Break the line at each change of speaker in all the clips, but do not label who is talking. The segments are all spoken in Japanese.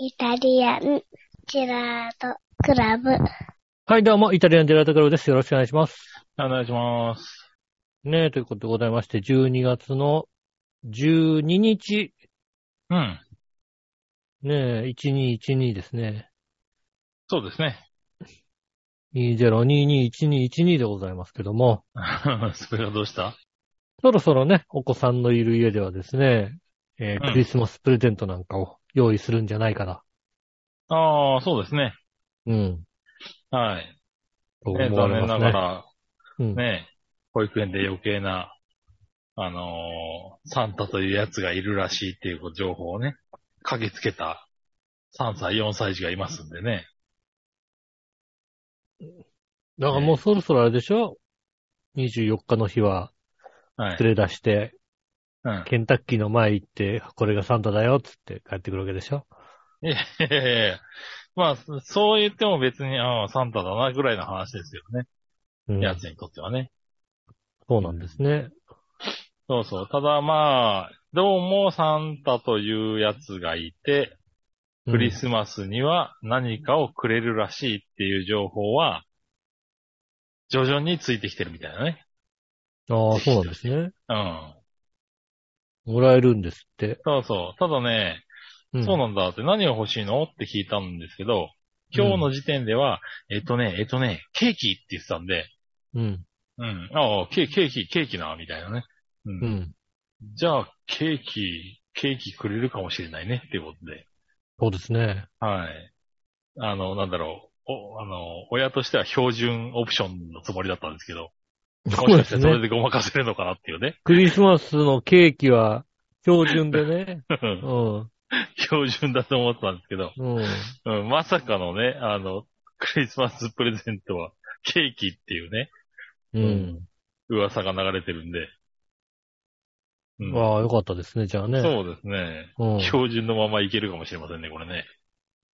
イタリアンジェラートクラブ。
はい、どうも、イタリアンジェラートクラブです。よろしくお願いします。
お願いします。
ねえ、ということでございまして、12月の12日、
うん。
ねえ、1212ですね。
そうですね。
20221212でございますけども、
それがどうした
そろそろね、お子さんのいる家ではですね、えー
うん
クリスマスプレゼントなんかを用意するんじゃないかな。
ああ、そうですね。
うん。
はい。
と
ね
思わ
残
れ
念
ま
な
す
が
ね。
ら、
うん
ね、保育園で余計な、あのーサンタというやつがいるらしいっていう情報をね、駆けつけた3歳、4歳児がいますんでね。
だからもうそろそろあれでしょ ?24 日の日は
はい。
連れ出して、
うん。
ケンタッキーの前行って、これがサンタだよ、つって帰ってくるわけでしょ
いやいやいやまあ、そそう言っても別に、ああ、サンタだなぐらいの話ですよね。
うん。
やつにとってはね。
そうなんですね。
そうそう。ただまあ、どうもサンタというやつがいて、クリスマスには何かをくれるらしいっていう情報は、徐々についてきてるみたい
う
なね。
んああ、そうなんですね。
うん。
もらえるんですって。
そうそう。ただね、
うん、
そうなんだって何が欲しいのって聞いたんですけど、今日の時点では、えっとね、えっとね、ケーキって言ってたんで、
うん。
うん。ああ、ケーキ、ケーキ、ケーキな、みたいなね。う。
うんん。
じゃあ、ケーキ、ケーキくれるかもしれないね、っていうことで。
そうですね。
はい。あの、なんだろう。お、あの、親としては標準オプションのつもりだったんですけど、もしかしてそれ。でごまかせるのかなっていうね。
クリスマスのケーキは、標準で ね。うん。
標準だと思ってたんですけど、
うん。
うん、まさかのね、あの、クリスマスプレゼントはケーキっていうね、
う
うん
ん。
噂が流れてるんで。うん、
ああ、よかったですね、じゃあね。
そうですね。標準のままいけるかもしれませんね、これね。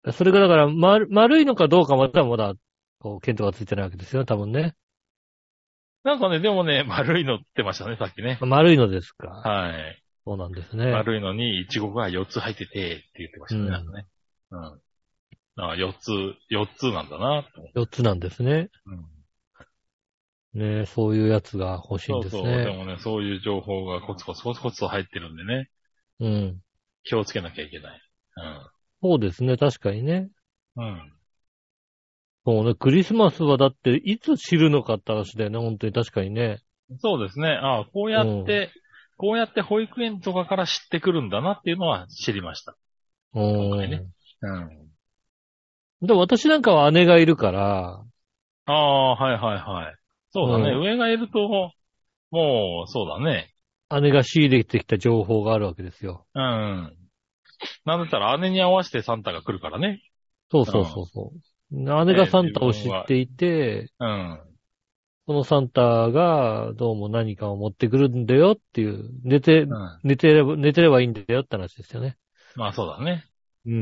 うん。それがだから、丸、丸いのかどうかまだまだ、こう、検討がついてないわけですよね、多分ね。
なんかね、でもね、丸いのってましたね、さっきね。
丸いのですか。
はい。
そうなんですね。
丸いのに、イチゴが4つ入ってて、って言ってましたね。
うん
なんかね。うん。あ4つ、4つなんだな、と思って。
4つなんですね。
うん。
ねそういうやつが欲しい
そ
ん
う
です
そ
ね。
う。でもね、そういう情報がコツコツコツコツと入ってるんでね、
うん。
気をつけなきゃいけない。
そうですね、確かにね。
うん。うん。
そうね、クリスマスはだって、いつ知るのかって話だよね、本当に確かにね。
そうですね。ああ、こうやって、こうやって保育園とかから知ってくるんだなっていうのは知りました。
う
今回ね
ん。
うん。
でも私なんかは姉がいるから、
ああ、はいはいはい。そうだね。
うん
上がいると、もう、そうだね。
姉が仕入れてきた情報があるわけですよ。
うん。なんだったら姉に合わせてサンタが来るからね。
そうそうそうそう。姉がサンタを知っていて、
うん。
このサンタがどうも何かを持ってくるんだよっていう、寝て
う、ん。
寝てれば、寝てればいいんだよって話ですよね。
まあそうだね。
うん。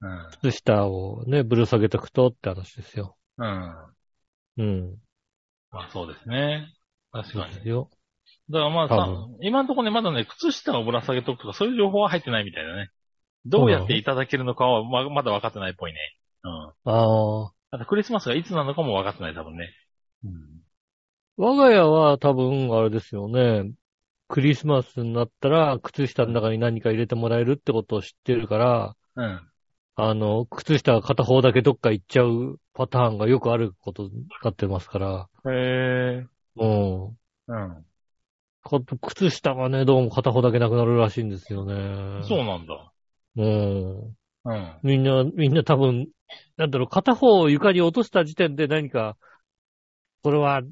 うん。
靴下をね、ぶる下げとくとって話ですよ。
うん。
うん。
まあそうですね。確
そう
かに。
ですよ。
だからまあ
多
さ
分、
今のところね、まだね、靴下をぶら下げとくとか、そういう情報は入ってないみたいだね。どうやっていただけるのかは、ま、まだ分かってないっぽいね。うん。
ああ。
あとクリスマスがいつなのかも分かってない、多分ね。うん。
我が家は多分、あれですよね。クリスマスになったら、靴下の中に何か入れてもらえるってことを知ってるから、
うん。
あの、靴下が片方だけどっか行っちゃうパターンがよくあることになってますから、
へえ。
うん。
うん。
こ靴下がね、どうも片方だけなくなるらしいんですよね。
そうなんだ。
う。うん。
うん。
みんな、みんな多分、なんだろう、片方を床に落とした時点で何か、これは、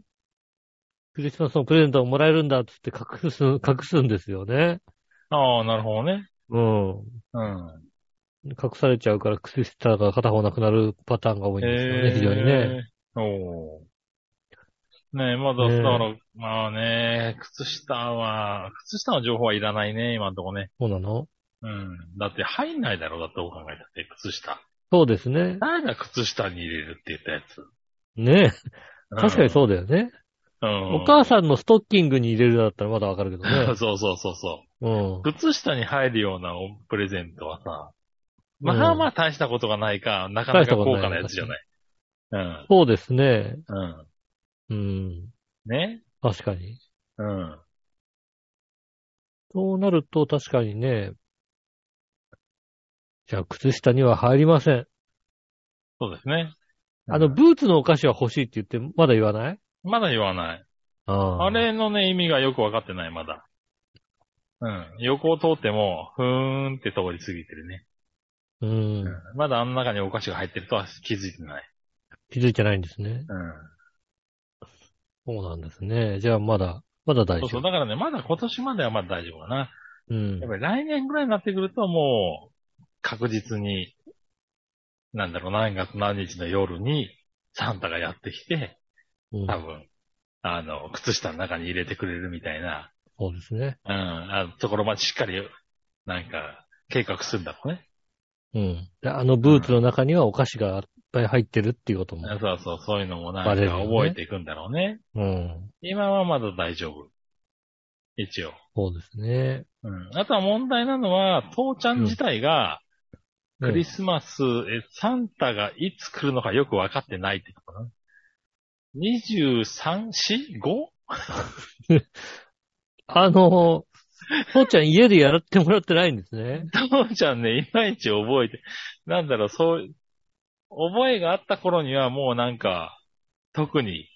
クリスマスのプレゼントをもらえるんだっつって隠す、隠すんですよね。
ああ、なるほどね。
うん。
うん。
隠されちゃうから、靴下が片方なくなるパターンが多いんですよね、非常にね。
えー。おーねえ、まだ、
ねえ
だから、まあね、靴下は、靴下の情報はいらないね、今のとこね。
そうなの
うん。だって入んないだろう、だってどう考えたって、靴下。
そうですね。
誰が靴下に入れるって言ったやつ。
ねえ。確かに
う
そうだよね。
ん。うん、
お母さんのストッキングに入れるだったらまだわかるけ どね。
そうそうそうそうう。靴下に入るようなおプレゼントはさ、まあま
あ。
あ大したことがないか、なかなか高価なやつじゃない。うん。
そうですね。
う
うん。
ん。ね
確かに。
うん。
そうなると確かにね。じゃあ、靴下には入りません。
そうですね。
あの、
うん
ブーツのお菓子は欲しいって言って、まだ言わない
まだ言わない。
あ
あれのね、意味がよくわかってない、まだ。うん。横を通っても、ふーんって通り過ぎてるね。
うん
う。ん。まだあの中にお菓子が入ってるとは気づいてない。
気づいてないんですね。
う
そうなんですね。じゃあ、まだ、まだ大
ん。
丈
そ
夫。
うそう。だからね、まだ今年まではまだ大丈夫かな。
うん
やっ。ぱり来年ぐらいになってくるともう、確実に、なんだろう、何月何日の夜に、サンタがやってきて、
うん
多分、あの、靴下の中に入れてくれるみたいな、
そうですね。
うん、あのところまでしっかり、なんか、計画するんだろうね。
うん。であのブーツの中にはお菓子がいっぱい入ってるっていうことも。
そうそう、そういうのもなんか
バレるよね
覚えていくんだろうね。
うん。
今はまだ大丈夫。一応。
そうですね。
うん。あとは問題なのは、父ちゃん自体が、クリスマス、え、サンタがいつ来るのかよくわかってないってことかな。23、4、5?
あの、父ちゃん家でやらってもらってないんですね。
父ちゃんね、いまいち覚えて、なんだろう、そう、覚えがあった頃にはもうなんか、特に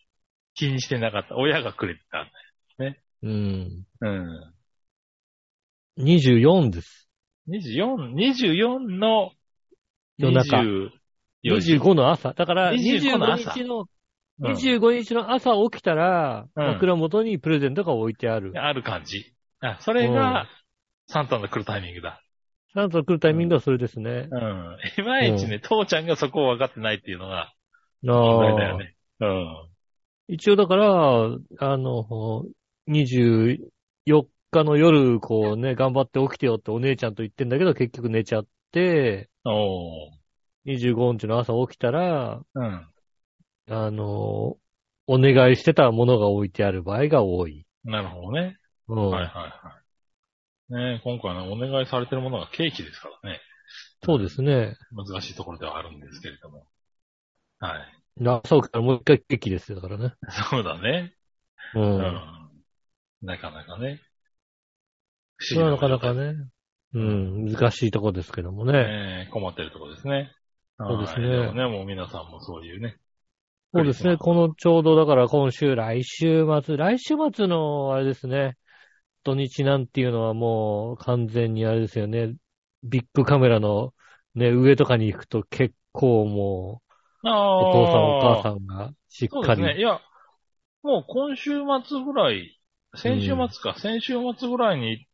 気にしてなかった。親がくれてたん
うん。
だよ。うん。
24です。
24、24の
夜中
24時。
25の朝。だから、
25
25
の朝
日の、
うん
25日の朝起きたら、
うん
枕元にプレゼントが置いてある。
ある感じ。あ、それ
う
が、サンタの来るタイミングだ。
サンタ来るタイミングはそれですね
う。ん。いまいちね、父ちゃんがそこを分かってないっていうのが、問題だ
あ
よ
あ。
ね。うん。
一応だから、あの、24日の夜、こうね、頑張って起きてよってお姉ちゃんと言ってんだけど、結局寝ちゃって、
おー。
25日の朝起きたら、
うん。
あの、お願いしてたものが置いてある場合が多い。
なるほどね。
うん。
はいはいはい。ね今回のお願いされてるものがケーキですからね。
そうですね。
難しいところではあるんですけれども。はい。
朝起きたらもう一回劇ですよ、だからね。
そうだね。
う。
うんん。なかなかね。
それはなかなか
ね。
ね、うん、難しいとこですけどもね。
えー困ってるところですね。
そうですね
はいもね、もう皆さんもそういうね。
そうですね。このちょうどだから今週、来週末、来週末のあれですね、土日なんていうのはもう完全にあれですよね、ビッグカメラのね、上とかに行くと結構も
あ
う、お父さんお母さ
ん。
んがしっ
そう
か
です
り。
ね。いや、もう今週末ぐらい、先週末か、先週末ぐらいに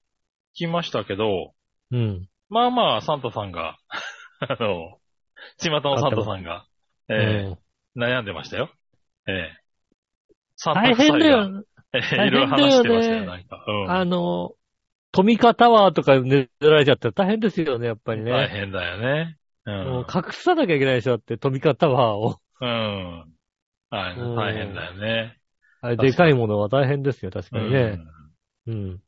来ましたけど、
うん。
まあまあ、サンタさんが、 あの、巷のサンタさんが、え
うん
ー悩んでましたよ。ええサンタ
大
夫妻
変
が
だよ。
ええ
大
いろいろ
変だよね
話してましたよ、なんか。うん
あの、トミカタワーとか寝られちゃったら大変ですよね、やっぱりね。
大変だよね。う。
もうん隠さなきゃいけないでしょ、だってトミカタワーを。
うん。はい、
うん
大変だよね。
あれ、
確かに
でかいものは大変ですよ、確か
うん
にね。うん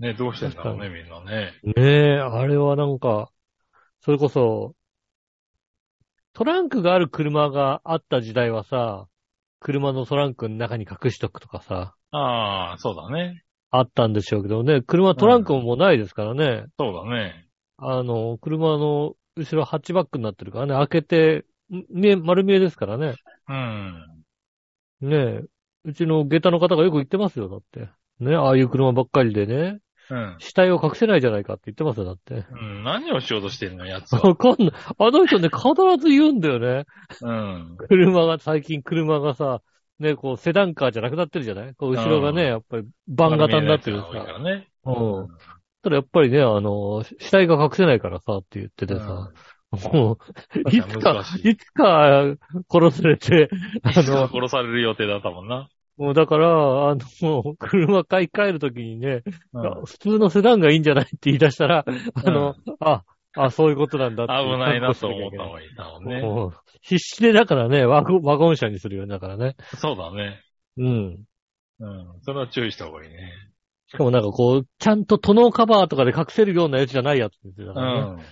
ね、どうしてんだろうね、みんなね。
ねえ、あれはなんか、それこそ、トランクがある車があった時代はさ、車のトランクの中に隠しとくとかさ、
ああ、そうだね。
あったんでしょうけどね、車トランクももうないですからね、
そうだね。
あの、車の後ろハッチバックになってるからね、開けて、ん見え、丸見えですからね。
うん。
ねえ、うちの下駄の方がよく言ってますよ、だって。ね、ああいう車ばっかりでね、
うん。
死体を隠せないじゃないかって言ってますよ、だって。
うん、何をしようとしてんの、やつは。
わかんない。あの人ね、必ず言うんだよね。
うん。
車が、最近車がさ、ね、こう、セダンカーじゃなくなってるじゃないこう、後ろがね、
うん
やっぱり、バン型になってる
丸
さ。
見えのやつが多いからね。
うん。ただやっぱりね、あの、死体が隠せないからさ、って言っててさ、もう、いつか
難し、い
いつか殺されて、
うん。
あ
いつか
の、
殺される予定だったもんな。
もうだから、あの、もう、車買い替えるときにね、
うん
普通のセダンがいいんじゃないって言い出したら、あの、あ、あ、そういうことなんだって。
危ないなと思った方がいい。だもんね。
もう必死でだからね、ワゴンワゴン車にするよね、だからね。
そうだね。
うん。
うん。それは注意した方がいいね。
しかもなんかこう、ちゃんとトノーカバーとかで隠せるようなやつじゃないやつですよ、だ
う
からね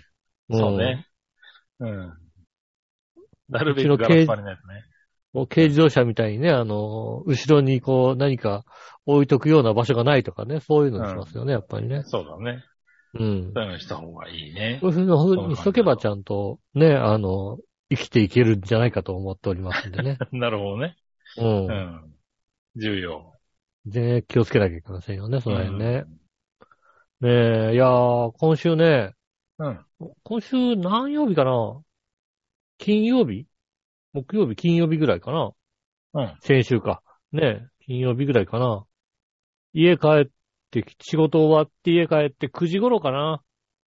ん。そうね。うん。なるべ
う
く
ちの
ガ
軽
ラス張りのやつね。
もう軽自動車みたいにね、あの、後ろにこう何か置いとくような場所がないとかね、そういうのにしますよね、やっぱりね。
そうだね。
うん。
そういうのした方がいいね
そ。ういうふうな風
そうなん
に
だ
しとけばちゃんとね、あの、生きていけるんじゃないかと思っておりますんで ね。
なるほどね。
う。
うんん。重要。
で、気をつけなきゃいけませんよね、その辺ね。
う
ねえ、いやー、今週ね、
ん。うん。
今週何曜日かな金曜日木曜日、金曜日ぐらいかな
うん。
先週か。ねえ、金曜日ぐらいかな。家帰ってき、仕事終わって家帰って9時頃かな。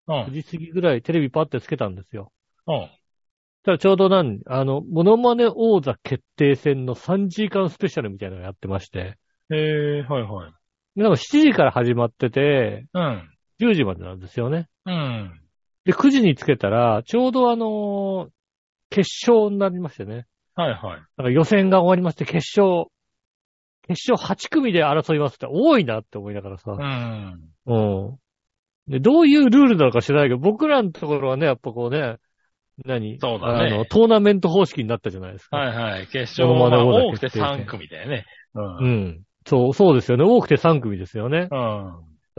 う
9
ん。
時過ぎぐらいテレビパッてつけたんですよ。
うん。
ただちょうど何あの、モノマネ王座決定戦の3時間スペシャルみたいなのやってまして。
えー、はいはい。
でなんか7時から始まってて、
うん。
10時までなんですよね。
うん。
で、9時につけたら、ちょうどあのー決勝になりましてね。
はいはい。
なんか予選が終わりまして、決勝、決勝8組で争いますって多いなって思いながらさ。
うん。
うん。で、どういうルールなのか知らないけど、僕らのところはね、やっぱこうね、何
そうだね
あの、トーナメント方式になったじゃないですか。
はいはい。決勝
モノマネ
は
王
多
座
くて
決定戦
3組だよね。う。
うんん。そう、そうですよね。多くて3組ですよね。
うん。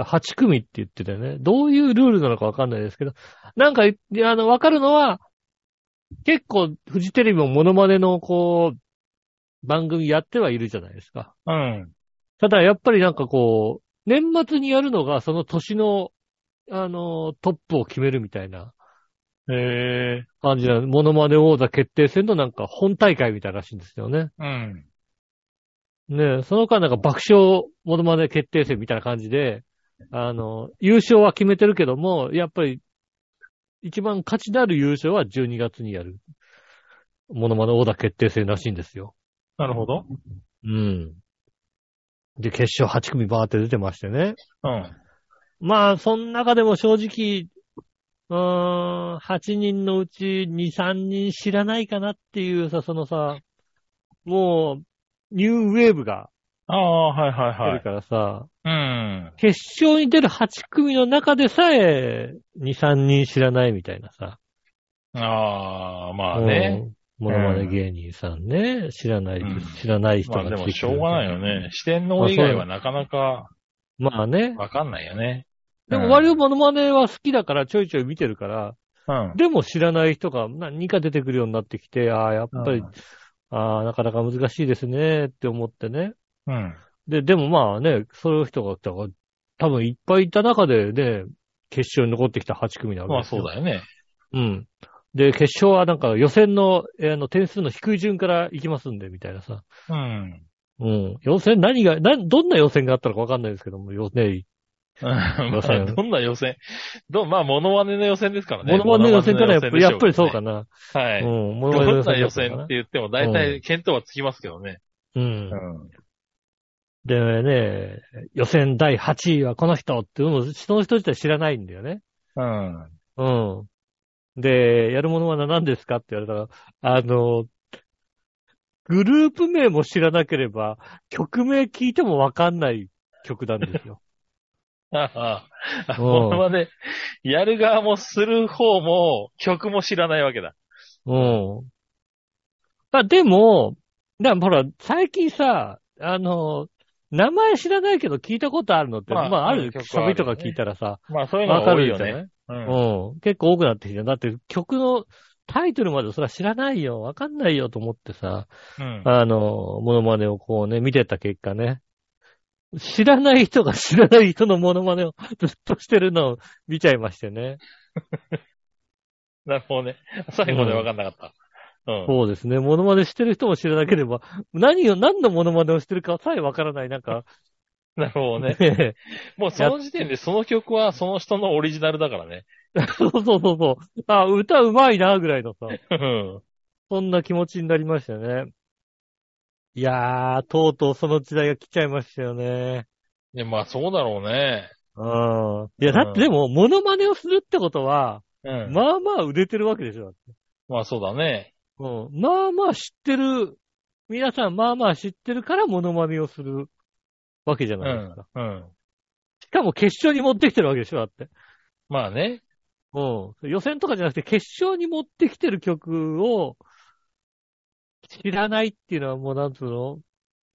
8組って言ってたよね。どういうルールなのかわかんないですけど、なんか、いあの、わかるのは、結構、フジテレビもモノマネの、こう、番組やってはいるじゃないですか。
うん。
ただ、やっぱりなんかこう、年末にやるのが、その年の、あの、トップを決めるみたいな
え
感じなの、モノマネ王座決定戦のなんか本大会みたいらしいんですよね。
ー。うん。
ねえ、その間なんか爆笑モノマネ決定戦みたいな感じで、あの、優勝は決めてるけども、やっぱり、一番価値のある優勝は12月にやる。モノマネ王座決定戦らしいんですよ。
なるほど。
うん。で、決勝8組バーって出てましてね。
うん。
まあ、その中でも正直、うーん、8人のうち2、3人知らないかなっていうさ、そのさ、もう、ニューウェーブが
ああ、はい
来
はいは
る
い。
からさ、
うん。
決勝に出る8組の中でさえ、2、3人知らないみたいなさ。
ああ、まあね。
うん。モノマネ芸人さんね、知らない、
うん
知らない人
ま
が
あでも
来て
し
くれ
ょ
る
うがないよね。四天王以外はなかなか
まあね。
わかんないよね。
で
うん
も割とモノマネは好きだからちょいちょい見てるから、
うん。
でも知らない人が何人か出てくるようになってきて、ああ、やっぱり、
うん
ああ、なかなか難しいですねって思ってね。
うん。
で、でもまあね、そういう人がだから多分いっぱいいた中でね、決勝に残ってきた8組なわけ
まあ
ですよ
そうだよね。
うん。で、決勝はなんか予選の、えーあの、点数の低い順から行きますんで、みたいなさ。
うん。
うん。予選何が、な、どんな予選があったのかわかんないですけども、予ね、
ま
予選
あ、 どんな予選ど、まあ、モノマネの予選ですからね。
モノマネの予選からやっぱり、やっぱりそうか
な。
な。
はい。
う
ど
ん。モノマネの予
んな
選だ
予
った
選
か
っ
な
て言っても、大体、見当はつきますけどね。
うん
う。ん。
でね、予選第8位はこの人っていうのも、その人自体知らないんだよね。
うん。
うん。で、やるものは何ですかって言われたら、あの、グループ名も知らなければ、曲名聞いてもわかんない曲なんですよ。
ああ、
うん
モノマネ、やる側もする方も、曲も知らないわけだ。
うん。まあでも、だほら、最近さ、あの、名前知らないけど聞いたことあるのって、
ま
ま
あ
あ、あ
うん
る
曲は
曲
ある
とか聞いたらさ、
まあ、そういうの
わ
が
か
多い
る
よ
じゃない
ね。うん
うん。結構多くなってきた。だって曲のタイトルまでそれは知らないよ、わかんないよと思ってさ、
うん。
あの、モノマネをこうね、見てた結果ね、知らない人が知らない人のモノマネを ずっとしてるのを見ちゃいましてね。
なるほどね。最後までわかんなかった。うん。
そうですね。モノマネしてる人も知らなければ、何を、何のモノマネをしてるかさえわからない、なんか、
なるほどね。
ね
もうその時点でその曲はその人のオリジナルだからね。
そうそうそうそう。あ、歌うまいな、ぐらいのさ、
うん。
そんな気持ちになりましたね。いやー、とうとうその時代が来ちゃいましたよね。
いや、まあそうだろうね。
うん。いや、だってでも、モノマネをするってことは、
うん。ま、
まあまあ売れてるわけでしょ。
あそうだね。
うん。まあまあ知ってる、皆さんまあまあ知ってるからモノマネをするわけじゃ
う
ないです
ん
か。。
うん。
しかも決勝に持ってきてるわけでしょ、だって。
まあね。
うん。予選とかじゃなくて決勝に持ってきてる曲を知らないっていうのはもうなんつうの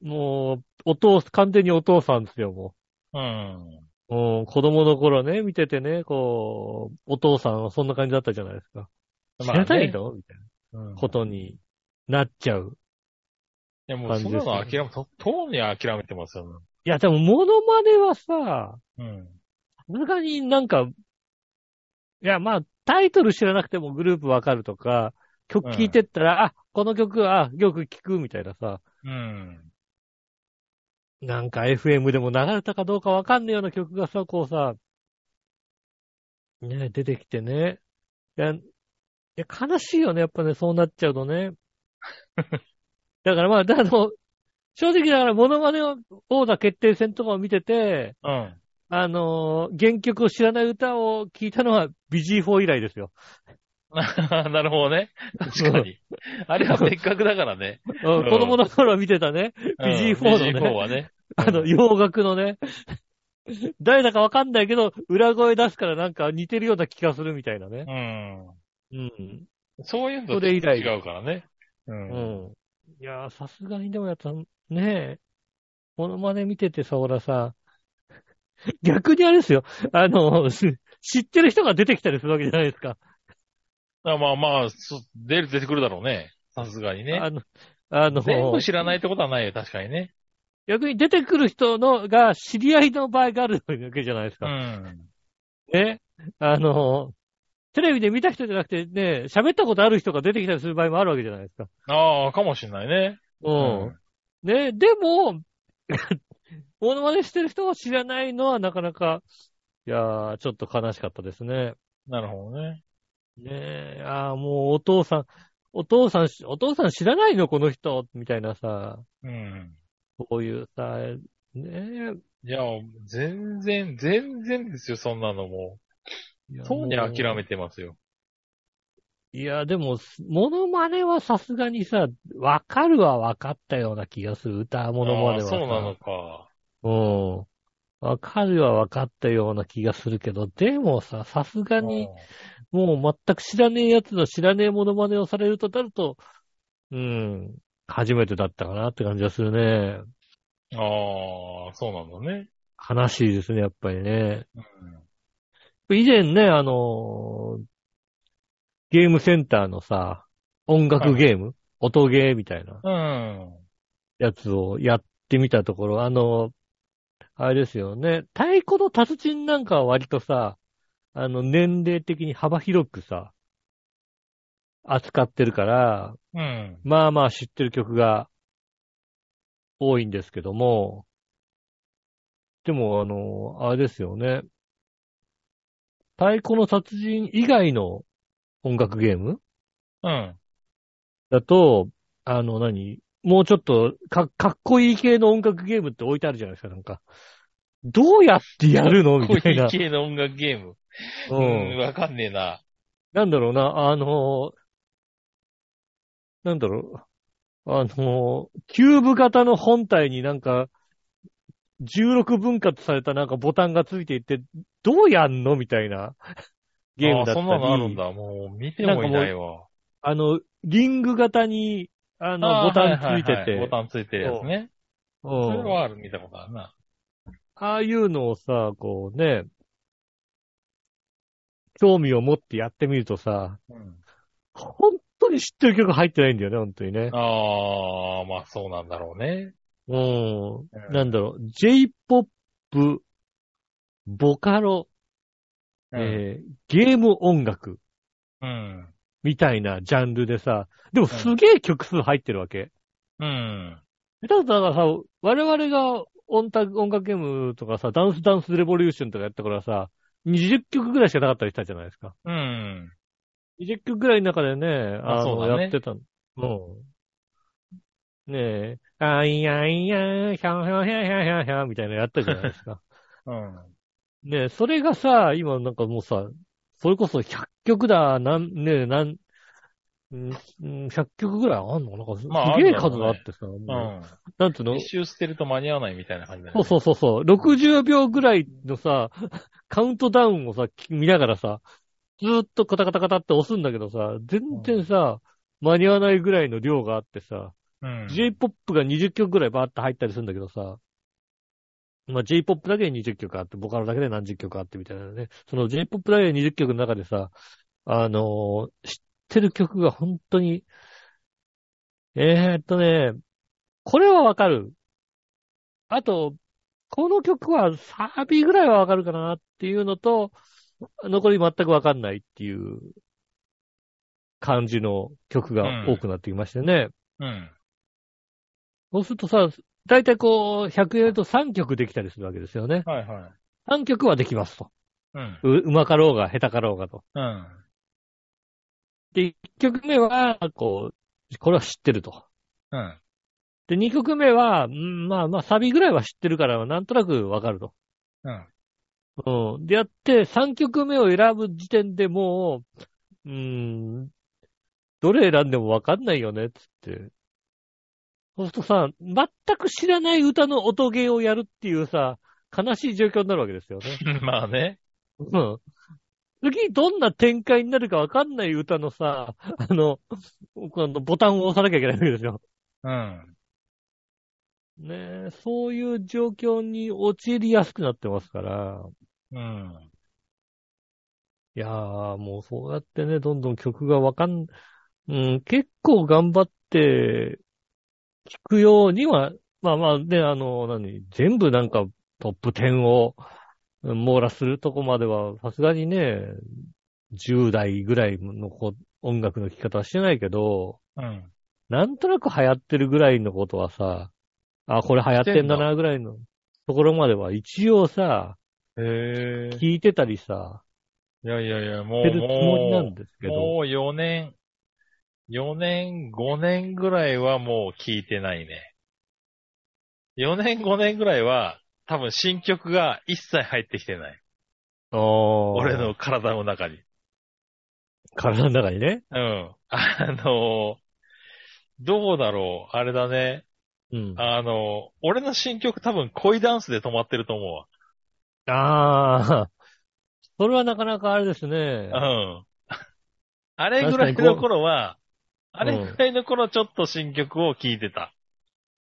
もう、お父、完全にお父さんですよ、も
うん。
う。うん、子供の頃ね、見ててね、こう、お父さんはそんな感じだったじゃないですか。知らないのみたい
うん
なことになっちゃう。
いや、もうそんなの諦め、と、とうに諦めてますよ。
いや、でも、モノマネはさ、
うん。
さすがになんか、いや、まあ、タイトル知らなくてもグループわかるとか、曲聴いてったら、あ、この曲、あ、よく聴くみたいなさ、
うん。
なんか FM でも流れたかどうかわかんねえような曲がさ、こうさ、ね、出てきてね。いや、いや悲しいよね、やっぱね、そうなっちゃうとね。だからまあ、だあの、正直だから、モノマネを王座決定戦とかを見てて、
うん。
あのー原曲を知らない歌を聞いたのは BG4 以来です よ。
なるほどね。確かに。あれは別格だから ね。
うん子供の頃見てたね、BG4 のね
BG4 はね。
あの、洋楽のね、 誰だかわかんないけど、裏声出すからなんか似てるような気がするみたいなね。
う
う
ん。
ん。
そういうのと
それ以来
違うからね。う。
うんん。いやー、さすがにでもやった、ねえ、モノマネ見ててさ、ほらさ、 逆にあれですよ、あの、知ってる人が出てきたりするわけじゃないですか。
まあまあまあ、そ出る、出てくるだろうね。さすがにね。
あの、あの、
全部知らないってことはないよ、確かにね。
逆に出てくる人のが知り合いの場合があるわけじゃないです
う
か。
ん。
ね。あの、テレビで見た人じゃなくてね、喋ったことある人が出てきたりする場合もあるわけじゃないですか。
ああ、かもしれないね。
うん。ね、でも、 モノマネしてる人が知らないのはなかなか、いやー、ちょっと悲しかったですね。
なるほどね。
ねえ、あーもうお父さん、お父さん、お父さん知らないのこの人、みたいなさ、
うん。
こういうさ、ね
いや、全然、全然ですよ、そんなのも
え。
う。そう
め
に諦めてますよ。
いや、でも、モノマネはさすがにさ、わかるはわかったような気がする。歌、モノマネは
ああ
さ。
そうなのか。
の。うん。わかるはわかったような気がするけど、でもさ、さすがに、もう全く知らねえやつの知らねえモノマネをされるとなると、うん、初めてだったかなって感じがするね。
ああ、そうなんだね。
悲しいですね、やっぱりね。
うん
以前ね、あのーゲームセンターのさ、音楽ゲーム、音ゲーみたいな。
うん。
やつをやってみたところ、あの、あれですよね、太鼓の達人なんかは割とさ、あの、年齢的に幅広くさ、扱ってるから、
うん。
まあまあ知ってる曲が多いんですけども、でもあの、あれですよね、太鼓の達人以外の音楽ゲーム
うん。
だと、あの何、もうちょっとかかっこいい系の音楽ゲームって置いてあるじゃないですか、なんか。どうやってやるのみ
こ
た
う
い
いう
な。
系の音楽ゲーム。
う
うん。
ん。
わかんねえな。
なんだろうな、あのーなんだろう、あのーキューブ型の本体になんか、16分割されたなんかボタンがついていって、どうやんのみたいなゲームだったり。
あそんなのあるんだ。もう見てもいないわ。
あの、リング型に、あの、
あー
ボタンついてて。
はははボタンついてるやつね。それ
うん
はある、見たことあるな。
ああいうのをさ、こうね、興味を持ってやってみるとさ、
うん。
本当に知ってる曲入ってないんだよね、本当にね。
ああ、まあそうなんだろうね。
う
うん
ん。なんだろう、J-POP、ボカロ、えーゲーム音楽
うん。
みたいなジャンルでさ、でもすげえ曲数入ってるわけ。
うん。
だからだからさ、我々が音楽音楽ゲームとかさ、ダンスダンスレボリューションとかやったからさ、20曲ぐらいしかなかったりしたじゃないですか。
うん。
20曲ぐらいの中でね、
あ
あの、
そうだね
やってたの。うん。ねえ、あいやいや、ひゃんひゃんひゃんひゃんひゃんひゃんみたいなのやったじゃないです か。
うん。
ねえ、それがさ、今なんかもうさ、それこそ100曲だ、なん、ねえ、なん、んん100曲ぐらいあんのなんかす、
まあ
すげえ
あ
数
るだろうね
があってさ、も
う
う
ん。
なんていうの
一周捨てると間に合わないみたいな感じだ
そうそうそうそう、60秒ぐらいのさ、カウントダウンをさ、き見ながらさ、ずーっとカタカタカタって押すんだけどさ、全然さ、間に合わないぐらいの量があってさ、
うん。
J-POP が20曲ぐらいバーって入ったりするんだけどさ、まあ、J-POP だけで20曲あって、ボカロだけで何十曲あってみたいなね。その J-POP だけで20曲の中でさ、あのー知ってる曲が本当に、えー、っとね、これはわかる。あと、この曲はサビぐらいはわかるかなっていうのと、残り全くわかんないっていう感じの曲が多くなってきましてね。
うん。
そうするとさ、だいたいこう、100円だと3曲できたりするわけですよね。
はいはい。
3曲はできますと。
うん。
う、うまかろうが、下手かろうがと。
うん。
で、1曲目は、こう、これは知ってると。
うん。
で、2曲目は、うんまあまあ、サビぐらいは知ってるから、なんとなくわかると。
うん。
うん。で、やって、3曲目を選ぶ時点でもう、うーん、どれ選んでもわかんないよね、つって。そうするとさ、全く知らない歌の音ゲーをやるっていうさ、悲しい状況になるわけですよね。
まあね。
うん。次、どんな展開になるかわかんない歌のさ、あの、このボタンを押さなきゃいけないわけですよ。
うん。
ねえ、そういう状況に陥りやすくなってますから。
うん。
いやー、もうそうやってね、どんどん曲がわかん、うん、結構頑張って、聞くようには、まあまあ、ね、あの、何、全部なんかトップ10をうん網羅するとこまでは、さすがにね、10代ぐらいのこう音楽の聴き方はしてないけど、
うん。
なんとなく流行ってるぐらいのことはさ、あ、これ流行ってんだなぐらいのところまでは一応さ、
へえ。
聞いてたりさ、
いやいやいや、も
し
う。
てるつもりなんですけど。
もう4年、4年、5年ぐらいはもう聞いてないね。4年、5年ぐらいは、多分新曲が一切入ってきてない。俺
俺
の体の中に。
体の中にね。
うん。あの、どうだろう。あれだね。
うん。
あの、俺の新曲多分恋ダンスで止まってると思
ああ。それはなかなかあれですね
う。わ。うん。 あれぐらいの頃は、あれぐらいの頃ちょっと新曲を聴いてた。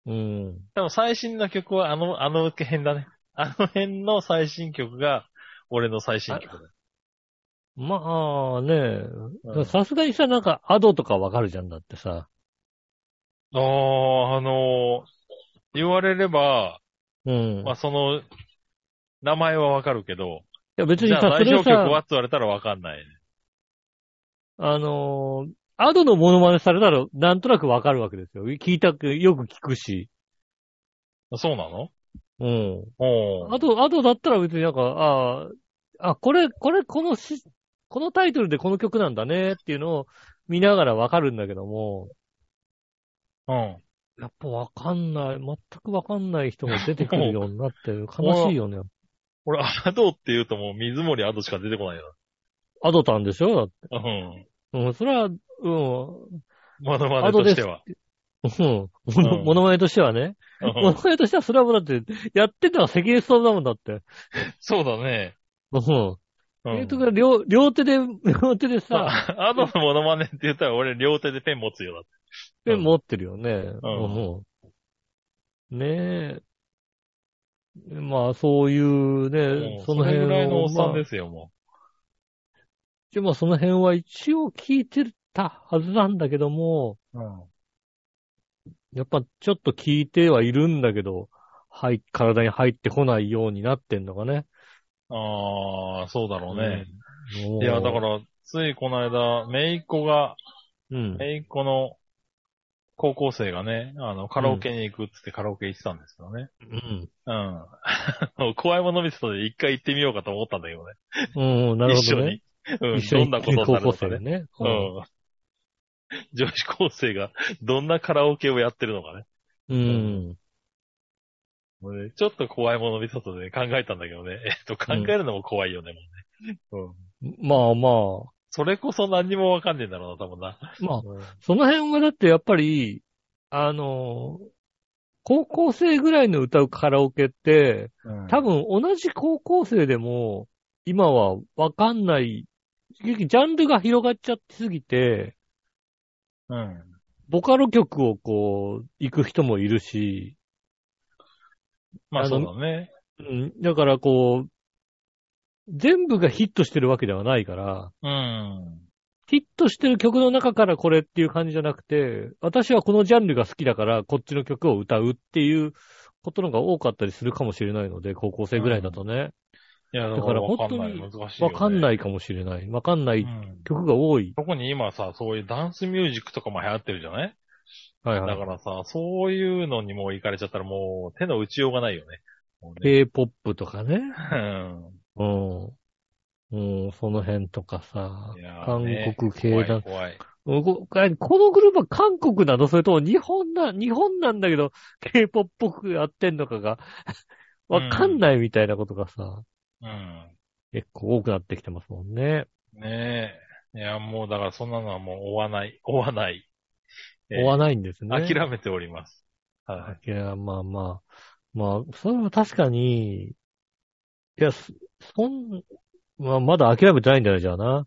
うん。
でも最新の曲はあの、あの辺だね。あの辺の最新曲が、俺の最新曲だ。
まあね、
うん
さすがにさ、なんか、アドとかわかるじゃんだってさ。
ああ、あのー言われれば、
うん。
まあ
い
その、名前はわかるけど、
や別に
じゃ
さそ
あ、代
れ
表曲
さ
はっ、て言われたらわかんない、ね。
あのーアドのモノマネされたら、なんとなくわかるわけですよ。聞いたく、よく聞くし。
そうなの
うん。
おー
アド、アドだったら別になんか、ああ、あ、これ、これ、このし、このタイトルでこの曲なんだねっていうのを見ながらわかるんだけども、
うん。
やっぱわかんない、全くわかんない人が出てくるようになってる。悲しいよ ね。
俺、アドって言うともう水森アドしか出てこないよ。
アドタンでしょだって。
うん。
うん、それは、うん、
モノマネとしては。
うん、モノマネとしてはね。モノマネとしてはそれはもうだって、やってたらセキレストだもんだって。
そうだね。
うん。
う
え
ん
とか両、両手で、両手で
ま
さ、
あアドのモノマネって言ったら俺両手でペン持つよ。
ペン持ってるよね。
う
うんん。ねえ。まあ、そういう
だって
ね、
うん
その辺
れぐらいのお
を
っさんですよ、もう。
でもその辺は一応聞いてたはずなんだけども、
うん。
やっぱちょっと聞いてはいるんだけど、はい、体に入ってこないようになってんのかね。
ああ、そうだろうね。
もう
いや、だか、ら、ついこの間、めいっ子が、
うん。
めいっ子の高校生がね、あの、カラオケに行くっつってカラオケ行ってたんですけどね。
うん。
うん。 あの怖いもの見せたで一回行ってみようかと思ったんだけどね。
うん、なるほ
一緒
どね。
に。うん。
一緒に
どんなことになる
高
の
校生
か
が
ね。
ね。
うん。女子高生がどんなカラオケをやってるのかね。
うん。
もうねちょっと怖いもの見せたで考えたんだけどね。 えっと、考えるのも怖いよね、もうね。うん。
まあま
それこそ何にもわかんねえんだろうな、多分な。
あ、まあ、その辺はだってやっぱり、あの、高校生ぐらいの歌うカラオケって、
うん
多分同じ高校生でも、今はわかんない結局ジャンルが広がっちゃってすぎて、
うん。
ボカロ曲をこう、行く人もいるし、
まあ
あ
そ
の
うだね。
うん、だからこう、全部がヒットしてるわけではないから、
うん。
ヒットしてる曲の中からこれっていう感じじゃなくて、私はこのジャンルが好きだからこっちの曲を歌うっていうことのが多かったりするかもしれないので、高校生ぐらいだとね。
いや、だ
だ
か
からら
わ
本
かん
当
ない。
に
難しいよ、ね。
わかん
い。
ないかもしれない。わかんな
う
い
ん。
曲が多い。
特に今さ、そういうダンスミュージックとかも流行ってるじゃない
はい
だ
は
か
い。
らさ、そういうのにもう行かれちゃったらもう手の打ちようがないよね。もうね
K-POP とかね。うん。うん、その辺とかさ
いや、ー
韓
ね
国系
怖
だ
い怖い。
うんここのグループは韓国なのそれとも日本な、日本なんだけど、K-POP っぽくやってんのかが、 わかんないみたいなことがさ、
うん。
結構多くなってきてますもんね。
ねえ。いや、もうだからそんなのはもう追わない。追わない。えー
追わないんですね。
諦めております。はい
や、まあまあ。まあ、それは確かに、いや、そそん、まあ、まだ諦めてないんだよ、じゃあな。
い。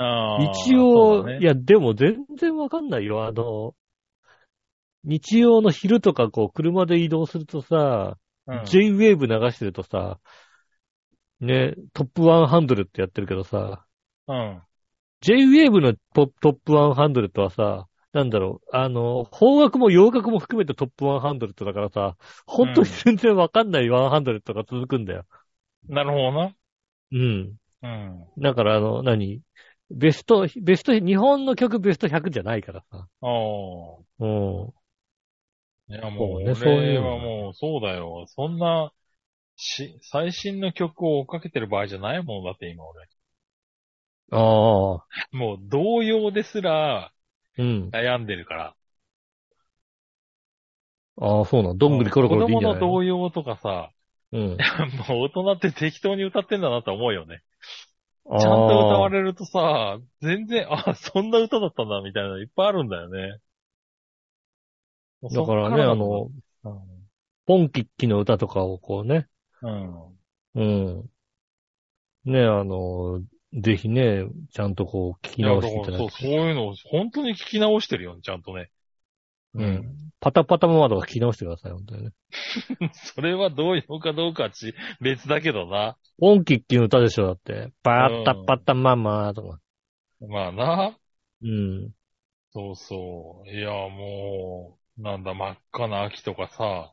あー
一応、
そうだね
いや、でも全然わかんないよ。あの、日曜の昼とかこう、車で移動するとさ、
うん
J-Wave 流してるとさ、ね、トップ100ってやってるけどさ、
うん。
J-Wave のポトップ100はさ、なんだろう、あの、邦楽も洋楽も含めてトップ100だからさ、本当に全然わかんない100が続くんだよ。
なるほどな。
うん。
うん。
だからあの、何ベスト、ベスト、日本の曲ベスト100じゃないからさ。
お
うん。
ー。いや、
そう
もう、
ねそうい
俺
うの
はもう、そうだよ。そんな、し、最新の曲を追っかけてる場合じゃないもんだって、今俺。
ああ。
もう、同様ですら、
うん。
悩んでるから。
ああ、そうなん。どんぐりころころでいいんじゃない
子供の
の
童謡とかさ、
うん。ち
もう大人って適当に歌ってんだなと思うよね。
ゃ
ちゃんと歌われるとさ、全然、あ、そんな歌だったんだ、みたいなのいっぱいあるんだよね。
だからね、あの、ポンキッキの歌とかをこうね、
うん、
うん。ね、あの、ぜひね、ちゃんとこう、聞き
いや
直
だ
し
か
ていた
ら
だ
そ、
いうて。
そういうのを本当に聞き直してるよね、ちゃんとね。
うん。パタパタママとか聞き直してください、本当にね。
それは同様かどうかはち別だけどな。
ポンキッキの歌でしょ、だって。パタパタママとか。
まあな。
うん。
そうそう。いや、もう、なんだ、真っ赤な秋とかさ、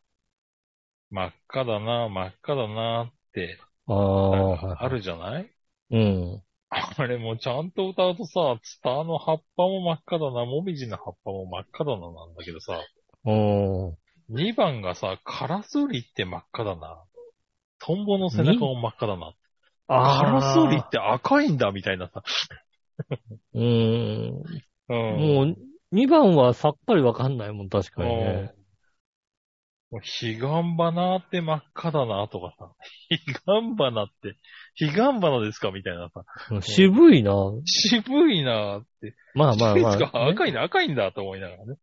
真っ赤だな、真っ赤だなって、
あ
な
あ、
んか
は
あるじゃない
い。うん。
あれもちゃんと歌うとさ、ツタの葉っぱも真っ赤だな、もみじの葉っぱも真っ赤だななんだけどさ、
うん。
2番がさ、カラスウリって真っ赤だな。トンボの背中も真っ赤だな。カラスウリって赤いんだ、みたいなさ。
うん。
うん。
もう、2番はさっぱりわかんないもん、確かに
うん
ね。
もうヒガンバナって真っ赤だな、とかさ。ヒガンバナって、ヒガンバナですかみたいなさ。
うん渋いな。
渋いなって。
まあまあま
いつか
あ。
赤いんだ、赤いんだ、と思いながらね。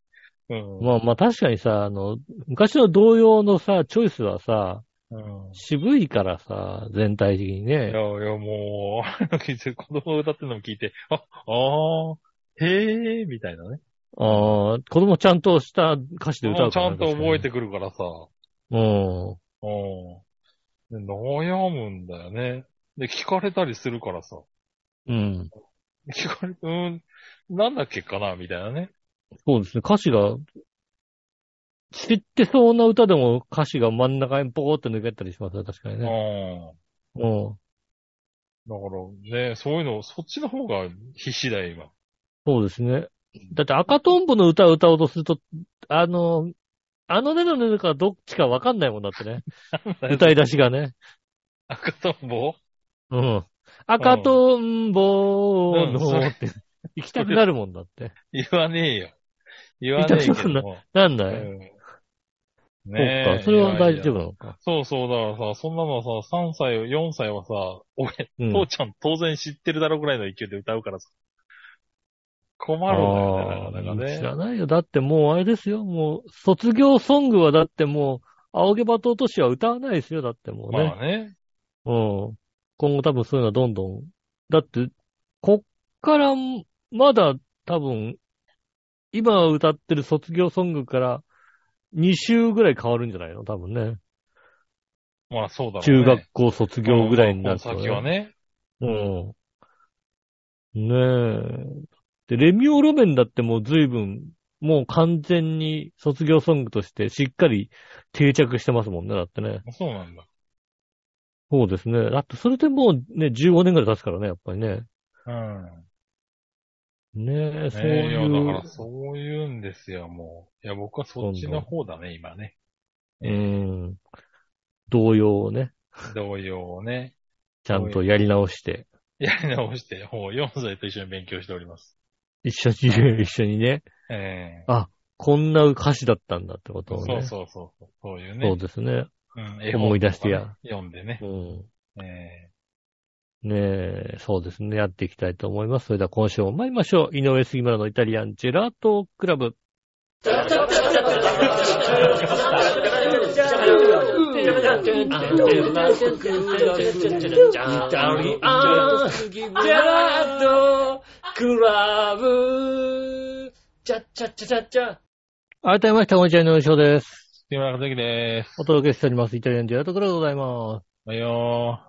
うん。
まあまあ確かにさ、あの、昔の同様のさ、チョイスはさ、
うん
渋いからさ、全体的に
い
ね
や。いや、もう、 あの聞いて、子供が歌ってるのも聞いて、あ、あー、へえー、みたいなね。
ああ、子供ちゃんとした歌詞で歌
あ
う
ち
から
ゃ
ね
んと覚えてくるからさ、
うん。
うん。で悩むんだよね。で、聞かれたりするからさ、
うん。
聞かれて、うん、なんだっけかな、みたいなね。
そうですね。歌詞が、知ってそうな歌でも歌詞が真ん中にポコって抜けたりしますね、確かに
う
ね。
ん。
うん。
だから、ね、そういうの、そっちの方が必死だよ、今。
そうですね。だって赤とんぼの歌を歌おうとすると、あの、あのねのねのかどっちかわかんないもんだってね。 歌い出しがね。
赤とんぼ
うん。赤とんぼ
うんそ
の
れ
って、行きたくなるもんだって。
言わねえよ。言わねえけども。
なんだ
う
い、
ん。
そ
ね
う
え
か、それはい
やい
大
や
丈夫なのか。
そうそう、だからさ、そんなのはさ、3歳、4歳はさ、俺、
うん
父ちゃん当然知ってるだろうぐらいの勢いで歌うからさ。困るんだよね、なかなか
あー知
ね。
らないよ。だってもうあれですよ。もう、卒業ソングはだってもう、青毛バト落としは歌わないですよ。だってもうね。
まあね。
うん。今後多分そういうのはどんどん。だって、こっから、まだ多分、今歌ってる卒業ソングから2週ぐらい変わるんじゃないの多分ね。
まあそうだろう
中
ね。
学校卒業ぐらいになる
る。
と、
この先はね。
うん。ねえ。で、レミオロメンだってもう随分、もう完全に卒業ソングとしてしっかり定着してますもんね、だってね。
そうなんだ。
そうですね。だってそれでもうね、15年ぐらい経つからね、やっぱりね。
うん。
ねえ、そう
ねえ、い
い
や、
う。
だからそういうんですよ、もう。いや、僕はそっちの方だね、今ね。
うん。動揺をね、
同様をね、
ちゃんとやり直して、
やり直して、もう4歳と一緒に勉強しております。
一緒に、一緒にね、
ええ
こんな歌詞だったんだってことを
そ
ね。
うそうそうそう。そういう
そ
ね
う。ですね。
うん、
思
絵
い
本とかね
出してや。
読んでね
う。ん。
え
ねえ、そうですね。やっていきたいと思います。それでは今週も参りましょう。井上杉村のイタリアンジェラートクラブ。改めまして、こんにちは、井上翔です。
杉村和之でーす。
お届けしております。イタリアンジェラートクラブでございます。
およ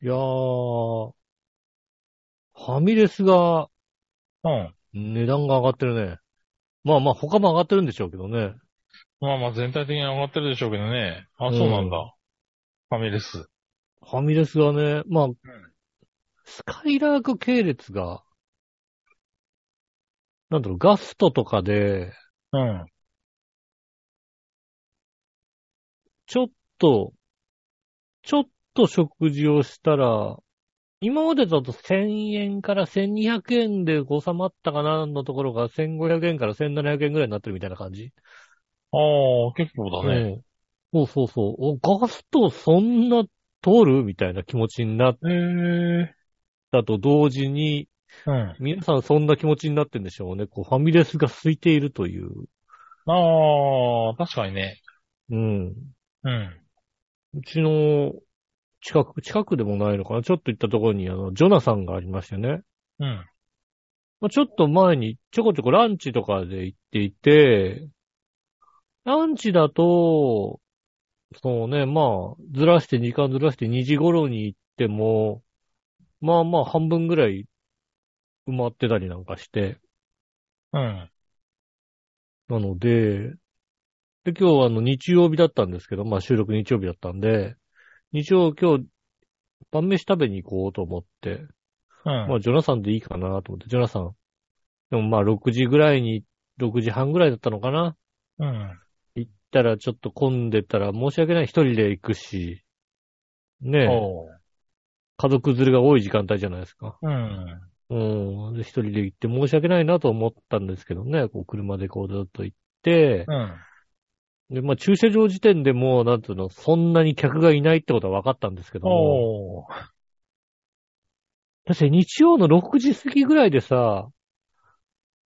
いやー、ファミレスが
ー。うん。
値段が上がってるね。まあまあ他も上がってるんでしょうけどね。
まあまあ全体的に上がってるでしょうけどね。あ、そうなんだ。
う
ファミレス。
ファミレスがね、まあ、スカイラーク系列が、なんだろう、ガストとかで、
うん。
ちょっと、ちょっと食事をしたら、今までだと1000円から1200円で収まったかなのところが1500円から1700円ぐらいになってるみたいな感じ
ああ、結構だね。
ね。そうそうそう。お、ガストそんな通るみたいな気持ちになっ
ええ
たと同時に、
ー。うん。
皆さんそんな気持ちになってんでしょうね。こう、ファミレスが空いているという。
ああ、確かにね。
うん。
うん。
うちの近く、近くでもないのかな。ちょっと行ったところに、あの、ジョナサンがありましてね。
うん。
まあ、ちょっと前にちょこちょこランチとかで行っていて、ランチだと、そうね、まあ、ずらして、時間ずらして2時頃に行っても、まあまあ半分ぐらい埋まってたりなんかして、
うん。
なので、で、今日はあの日曜日だったんですけど、まあ収録日曜日だったんで、日曜今日、晩飯食べに行こうと思って、
うん。
まあ、ジョナサンでいいかなと思って、ジョナサン。でもまあ、6時ぐらいに、6時半ぐらいだったのかな
うん。
行ったらちょっと混んでたら申し訳ない。一人で行くし、ねえ、
おう。
家族連れが多い時間帯じゃないですか。
うん。
うん。で、一人で行って申し訳ないなと思ったんですけどね、こう、車でこうずっと行って、
うん。
で、まあ、駐車場時点でもう、なんていうの、そんなに客がいないってことは分かったんですけども、
おう。
確かに日曜の6時過ぎぐらいでさ、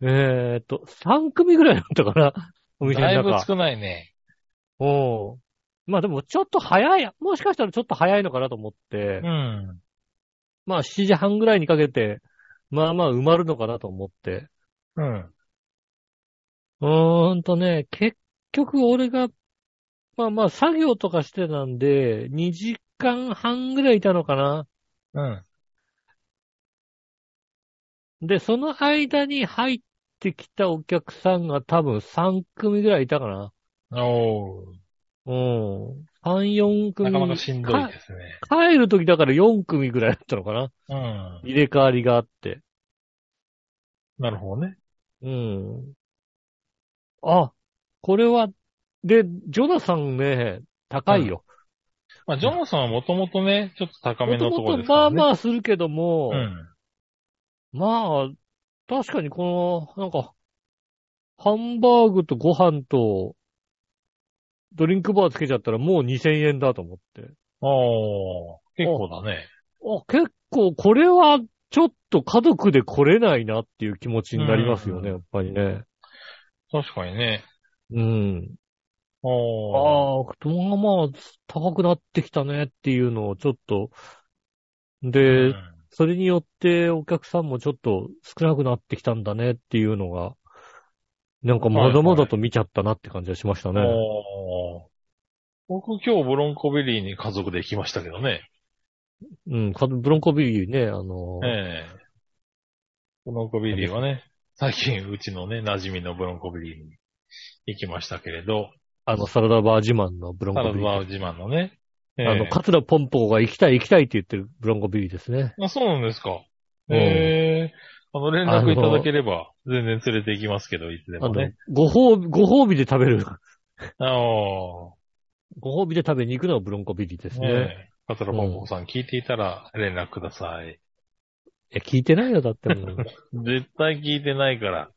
えーっと、3組ぐらいだった かな、お店
だい
の
ぶ
中。
少ないね。
うん。まあでもちょっと早い、もしかしたらちょっと早いのかなと思って、
うん。
まあ7時半ぐらいにかけて、まあまあ埋まるのかなと思って。
うん。
うーんとね、結局俺が、まあまあ作業とかしてたんで、2時間半ぐらいいたのかな。
うん。
で、その間に入ってきたお客さんが多分3組ぐらいいたかな。
おう。
うん。3、4組。
なかなかしんどいですね。
帰る時だから4組ぐらいだったのかな。
うん。
入れ替わりがあって。
なるほどね。
うん。あ、これは、で、ジョナさんね、高いよ。
まあ、ジョナさんはもともとね、ちょっと高
も
めの
と
とこ
も
ろ
と
ですか
ま
ら
あ
ね。
まあするけども、
うん。
まあ、確かにこの、なんか、ハンバーグとご飯と、ドリンクバーつけちゃったらもう2000円だと思って。
おー。結構だね。
あ、結構これはちょっと家族で来れないなっていう気持ちになりますよね、
う
やっぱりね。
確かにね。
うん。
おー。
ああ、布団がまあ、高くなってきたねっていうのをちょっと、
う
で、
ん
それによってお客さんもちょっと少なくなってきたんだねっていうのが、なんかまだまだと見ちゃったなって感じがしましたね。
おー僕今日ブロンコビリーに家族で行きましたけどね。
うん、かブロンコビリーね、あの、
ええブロンコビリーはね、最近うちのね、馴染みのブロンコビリーに行きましたけれど、
あのサラダバー自慢のブロン
サ
コ
ラ
ビリ
ダ
ー。
バー自慢のね。ええ
あの、カツラポンポコが行きたい行きたいって言ってるブロンコビリーですね。
あ、そうなんですか。
うん
ええあの、連絡いただければ、全然連れて行きますけど、いつで
あ
も
の
ね。、
ご褒美、ご褒美で食べる。
あの
ご褒美で食べに行くのがブロンコビリーですね。
ねえ。カトラポンポコさん聞いていたら連絡ください。
え、聞いてないよ、だって もう。
絶対聞いてないから。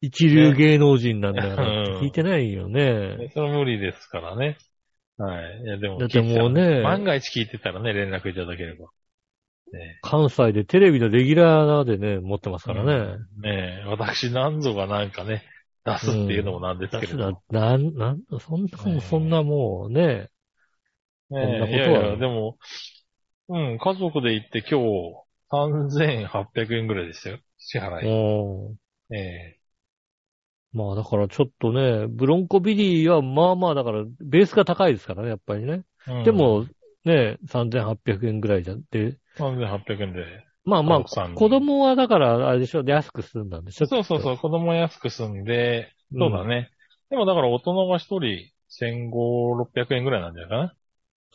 一流芸能人なんだから
ね、うん
聞いてないよね。
それは無理ですからね。はい。いや、でも
だ
聞
っ
い
て
てたら、
もうね
万が一聞いてたらね、連絡いただければ。ね
関西でテレビのレギュラーでね、持ってますからね。
え、ねえ私なんぞがなんかね、出すっていうのもなんです
だ
け
か
れど。
ら、なん、なん、そんな、
ね
そんなもうね、
ねえ
そんなことはい
やいや、でも、うん、家族で行って今日、3800円ぐらいでしたよ。支払い。
も
ええ
う、まあだからちょっとね、ブロンコビリーはまあまあだから、ベースが高いですからね、やっぱりね。
うん
で、も、ね、3800円ぐらいじゃんって、
3800円で。
まあまあ、
奥さんに
子供はだから、あれでしょ、安く済んだんでしょ
そうそう
う。
そう、子供安く済んで、
うん
そうだね。でもだから大人が一人1500、600円ぐらいなんじゃないかな。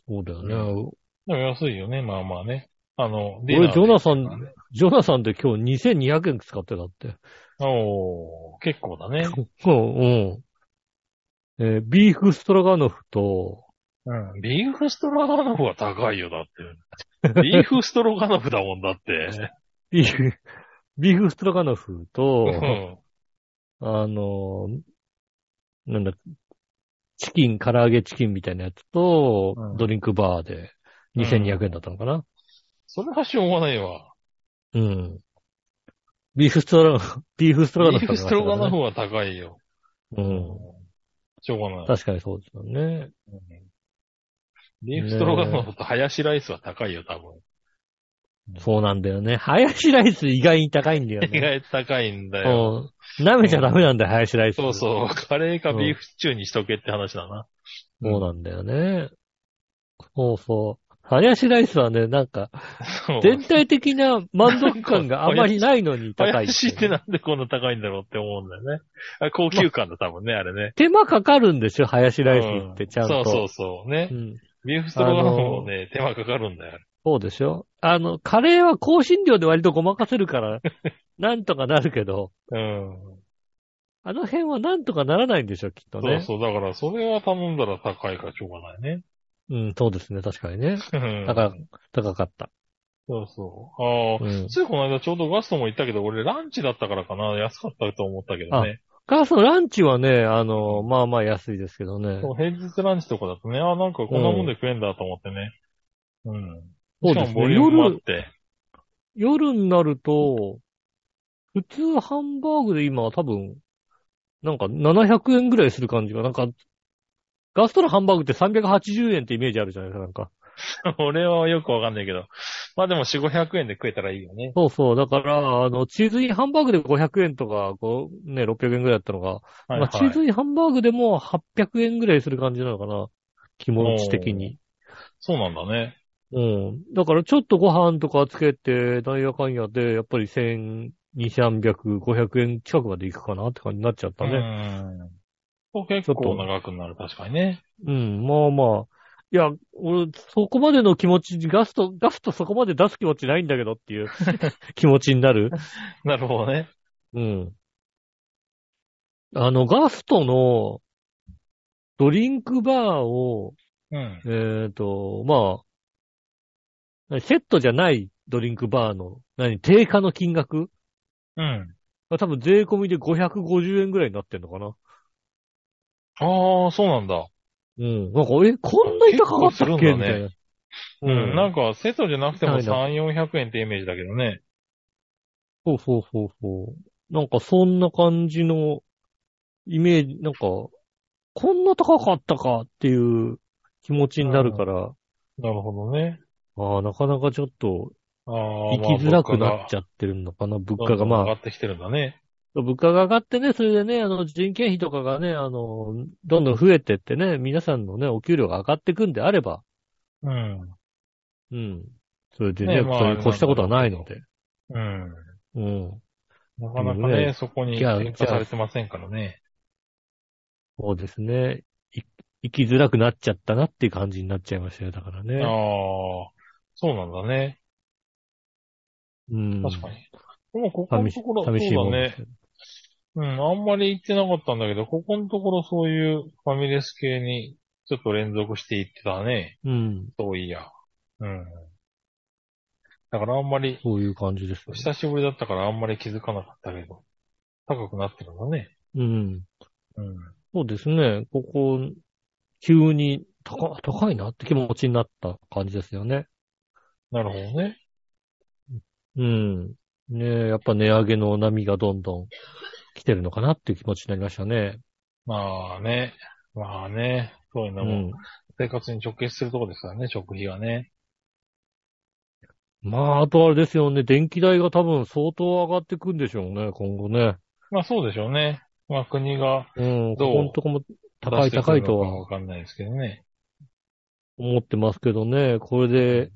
そうだよね。
でも安いよね、まあまあね。あの、ディナ
俺、
ー
ジョナサン
で、
ジョナサンで今日2200円使ってたって。
おー、結構だね。
うん、うん。えービーフストラガノフと、
うん。ビーフストロガノフは高いよ、だって。ビーフストロガノフだもんだって。
ビーフ、 ビーフストラガノフ
う
と、
ん。
あのーなんだ、チキン、唐揚げチキンみたいなやつと、
うん
ドリンクバーで2200円だったのかな。
それはしょうがないわ。
うん。ビーフストラ、ビーフストラガノ
ビ
フ食べ
ーフ
まし
ス
た
ト
からね、
ロガノフは高いよ。
うん。
しょうがない。
確かにそうですよね。
ビーフストロガノフとハヤシライスは高いよ、多分。
そうなんだよね。ハヤシライス意外に高いんだよね。
意外と高いんだよ。
うん。舐めちゃダメなんだよ、ハヤシライス。
そう
う。
そう。カレーかビーフシチューにしとけって話だな。
そうなんだよね。そうそう。ハヤシライスはね、なんか、
そう
全体的な満足感があまりないのに高い、
林ってなんでこんな高いんだろうって思うんだよね。あ高級感だ、多分ね、あれね。
手間かかるんでしょ、ハヤシライスってちゃんと。
うんそうそうそう。ね
う。ん。
ビーフストロガノフもね、手間かかるんだよ。
そうでしょあの、カレーは香辛料で割とごまかせる から、なんとかなるけど、
うん。
あの辺はなんとかならないんでしょ、きっとね。
そうそう。だから、それは頼んだら高いからしょうがないね。
うん、そうですね、確かにね。
うん
だから、高かった。
そうそう。ああ、
うん
ついこの間ちょうどガストも行ったけど、俺ランチだったからかな、安かったと思ったけどね。
ガスのランチはね、あの、まあまあ安いですけどね。
そう平日ランチとかだとね、あなんかこんなもんで食えんだと思ってね。うん。
そう
しか
です
も
ね
ボリュームもあって。
夜になると、普通ハンバーグで今は多分、なんか700円ぐらいする感じが、なんか、ガストのハンバーグって380円ってイメージあるじゃないですか、なんか。
俺はよくわかんないけど。まあでも4、500円で食えたらいいよね。
そうそう。だから、あの、チーズインハンバーグで500円とか、こう、ね、600円ぐらいだったのが、
はい
ま
は
あ
い。
チーズインハンバーグでも800円ぐらいする感じなのかな。気持ち的に。
そうなんだね。
うん。だからちょっとご飯とかつけて、なんやかんやで、やっぱり1200、300、500円近くまでいくかなって感じになっちゃったね。
ね。これ結構長くなる、確かにね。
うん、まあまあ。いや、俺、そこまでの気持ち、ガスト、ガストそこまで出す気持ちないんだけど っていう気持ちになる。
なるほどね。
うん。あの、ガストのドリンクバーを、
うん。
えっ、と、まあ、セットじゃないドリンクバーの、何、定価の金額
うん。
が多分税込みで550円ぐらいになってんのかな。
ああ、そうなんだ。
うん。なんか、え、こんなに高かったっけ、
結構するん
み
だ
たい
ね
な。
うん。なんか、セットじゃなくても
みた
3、400円ってイメージだけどね。
そうそうそうそう。なんかそんな感じのイメージ、なんか、こんな高かったかっていう気持ちになるから、
なるほどね。
ああ、なかなかちょっと
行
行きづらくなっちゃってるのかな、物価が。まあ
上が、ってきてるんだね。
物価が上がってね、それでね、あの、人件費とかがね、あの、どんどん増えてってね、皆さんのね、お給料が上がってくんであれば、
うん。
うん。それで
ね
ね、
まあ
それに越したことはないので。
うん。
うん。
なかなか
ね
ね、そこに
いや
転嫁されてませんからね。
そうですね。い生きづらくなっちゃったなっていう感じになっちゃいましたよ、だから
ああ
ね。、
そうなんだね。
うん。
確かに。でも、ここの
寂
と
し
ころ、そう
寂しいも
だ
んで
ね
す。よ。
うん、あんまり行ってなかったんだけど、ここのところそういうファミレス系にちょっと連続して行ってたね。
うん。
そういや。うん。だからあんまり、
そういう感じですね。
久しぶりだったからあんまり気づかなかったけど、高くなってるんだね。
うん。
うん。
そうですね。ここ、急に高、高いなって気持ちになった感じですよね。
なるほどね。
うん。ねえ、やっぱ値上げの波がどんどん来てるのかなっていう気持ちになりましたね。
まあね。まあね。そういう
う
のも
ん。
生活に直結するとこですからね、食費がね。
まあ、あとあれですよね。電気代が多分相当上がってくんでしょうね、今後ね。
まあそうでしょうね。まあ国が
うん。
どう
ここんとこも高い高いと
出してくるのかわ
は
かんないですけどね。
思ってますけどね。これで、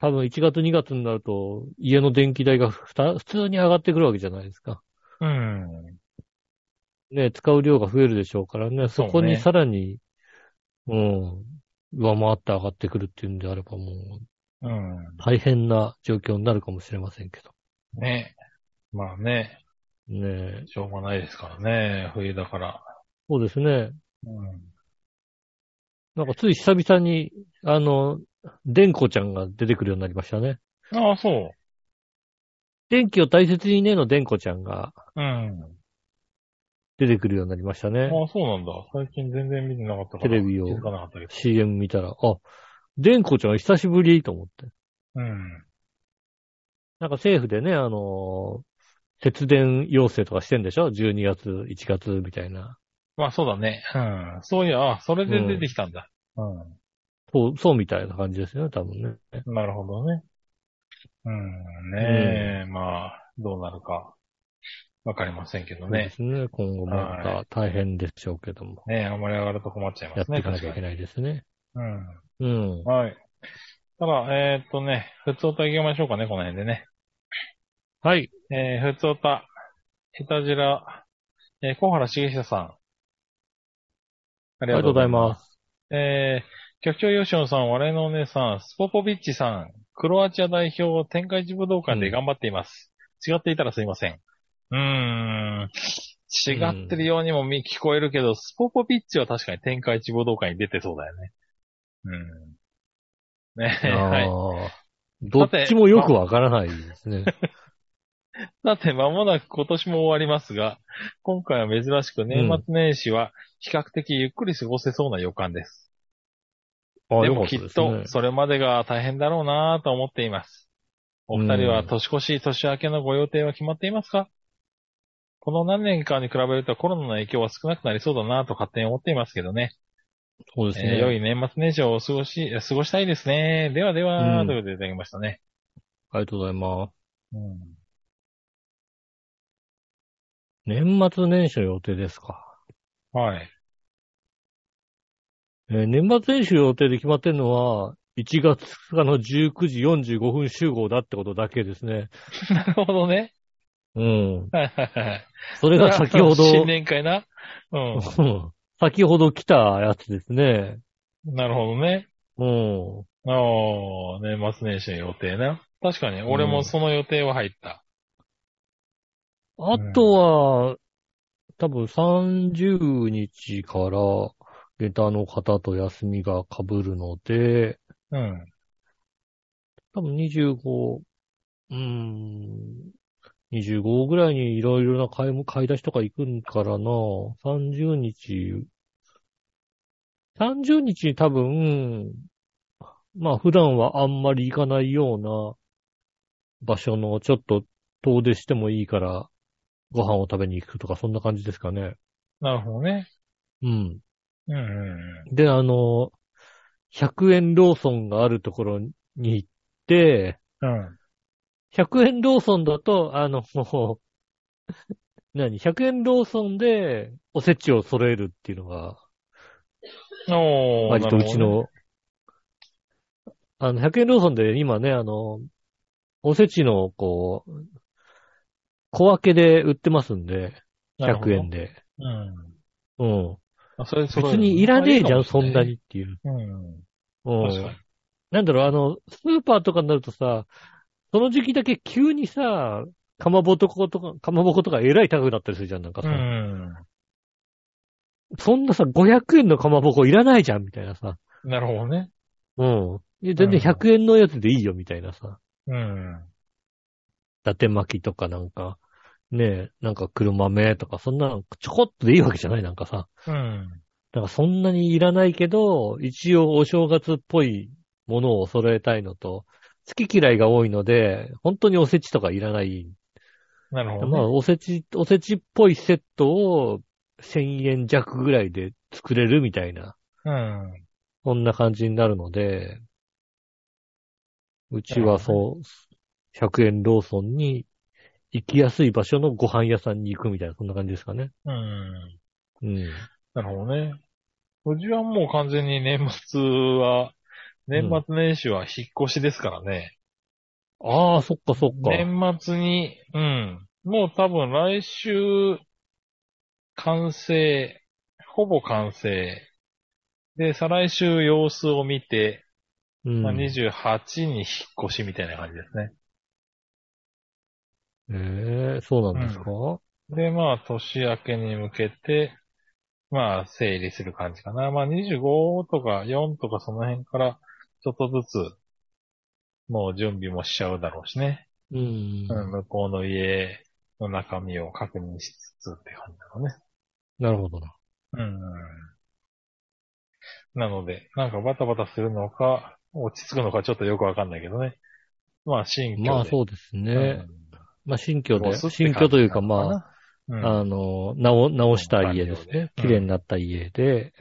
多分1月2月になると、家の電気代がふた普通に上がってくるわけじゃないですか。
うん。
ね、使う量が増えるでしょうからね、そ
そうね
こにさらに、うん、上回って上がってくるっていうんであればもう
う
大変な状況になるかもしれませんけど。
ん。ね。まあね。
ねえ
しょうがないですからね。冬だから。
そうですね。
うん。
なんかつい久々に、あの、電子ちゃんが出てくるようになりましたね。
ああ、そ
電気を大切にねの電子ちゃんが
う。うん。
出てくるようになりましたね。
ああ、そうなんだ。最近全然見てなかったから。
テレビを
気づかなかったけど。
CM 見たら、あ、電子ちゃん久しぶりと思って。
うん。
なんか政府でね、あの節電要請とかしてんでしょ ?12 月、1月みたいな。
まあそうだね。うん。そういや、あそれで出てきたんだ。うん。
そう、そうみたいな感じですよね、多分ね。
なるほどね。うん、ねえ、まあ、どうなるか、わかりませんけど
そうで
ね。
すね。今後もま
は
た大変でしょうけども、
ねえ、あんまり上がると困っちゃい
や
ま
っ
す
て
ね、
いかな
確
きゃ
か
いけ
に。
ないですね。
うん。
うん。
はい。ただ、えーっとね、普通歌行きましょうかね、この辺でね。
はい。
えー、普通歌、ヘタジラ、えー、小原茂久さん。あ。
ありがとうございますす。
えー、局長ヨシオンさん、我のお姉さん、スポポビッチさん、クロアチア代表、天下一武道館で頑張っています。違っていたらすいません。うーん。違ってるようにもみ聞こえるけど、スポポビッチは確かに天下一武道館に出てそうだよね。うん。ねえ、はい。
あーどっちもよくわからないです ね。
さて、間もなく今年も終わりますが、今回は珍しく年末年始は比較的ゆっくり過ごせそうな予感です。
あー
で
よかっ
も
た
きっ
ですね
と、それまでが大変だろうなぁと思っています。お二人は
うん
年越し、年明けのご予定は決まっていますかこの何年かに比べるとコロナの影響は少なくなりそうだなぁと勝手に思っていますけどね。
そうです
えー良
ね。
い年末年始をお過ごし、えー過ごしたいですね。ではでは、
うん
ということでいただきましたね。
ありがとうございます。
うん。
年末年始の予定ですか。
はい。
えー年末年始の予定で決まってるのは、1月2日の19時45分集合だってことだけですね。
なるほどね。
うん。
はいはいはい。
それが 先ほど、
新年会な。うん。
うん先ほど来たやつですね。
なるほどね。
うん。
ああ、年末年始の予定な。確かに、俺もその予定は入った。
あとは、多分30日から下駄の方と休みが被るので、
うん
多分25、うーん、25ぐらいにいろいろな買いも買い出しとか行くんからな、30日、30日に多分、まあ普段はあんまり行かないような場所のちょっと遠出してもいいからご飯を食べに行くとかそんな感じですかね。
なるほどね。
うん。
うんうん
で、あの、100円ローソンがあるところに行って、
うん。うん。
100円ローソンだと、あの、 もう、何 ?100 円ローソンでおせちを揃えるっていうのが、
おー。
割とうち
なるほ
の、あの、100円ローソンで今ね、あの、おせちの、こう、小分けで売ってますんで、
どね。
100円で。
うん。
うん。
あそれそれ
別にいらねえじゃん、そんな。にっていう。
うん。
う
確かに
ん。なんだろう、あの、スーパーとかになるとさ、その時期だけ急にさ、かまぼことか、かまぼことかえらい高くなったりするじゃん、なんか
う
さ。
ん。
そんなさ、500円のかまぼこいらないじゃん、みたいなさ。
なるほどね。
うん。いや全然
うん
100円のやつでいいよ、みたいなさ。
うん。
伊達巻きとかなんか、ねえ、なんか車目とか、そんなのちょこっとでいいわけじゃないなんかさ。
うん。
だからそんなにいらないけど、一応お正月っぽいものを揃えたいのと、好き嫌いが多いので、本当におせちとかいらない。
なるほど、ね。
まあ、おせち、おせちっぽいセットを1000円弱ぐらいで作れるみたいな、
うん。
そんな感じになるので、うちはそう、100円ローソンに行きやすい場所のご飯屋さんに行くみたいな、そんな感じですかね。
うん。
うん。
なるほどね。うちはもう完全に年末は、年末年始は引っ越しですからね。
ああ、そっかそっか。
年末に、うん。もう多分来週、完成、ほぼ完成。で、再来週様子を見て、
うん
まあ、28に引っ越しみたいな感じですね。
ええそうなんですか、
で、まあ、年明けに向けて、まあ、整理する感じかな。まあ、25とか4とかその辺から、ちょっとずつ、もう準備もしちゃうだろうしね。
うん
うん、向こうの家の中身を確認しつつって感じだろうね。
なるほどな。
うん。なので、なんかバタバタするのか、落ち着くのかちょっとよくわかんないけどね。まあ、新居で。
まあそうですね。まあ新居
うん
で、新居というかま、あ、
うん
あの、直、直した家ですね。
うん
綺麗になった家で、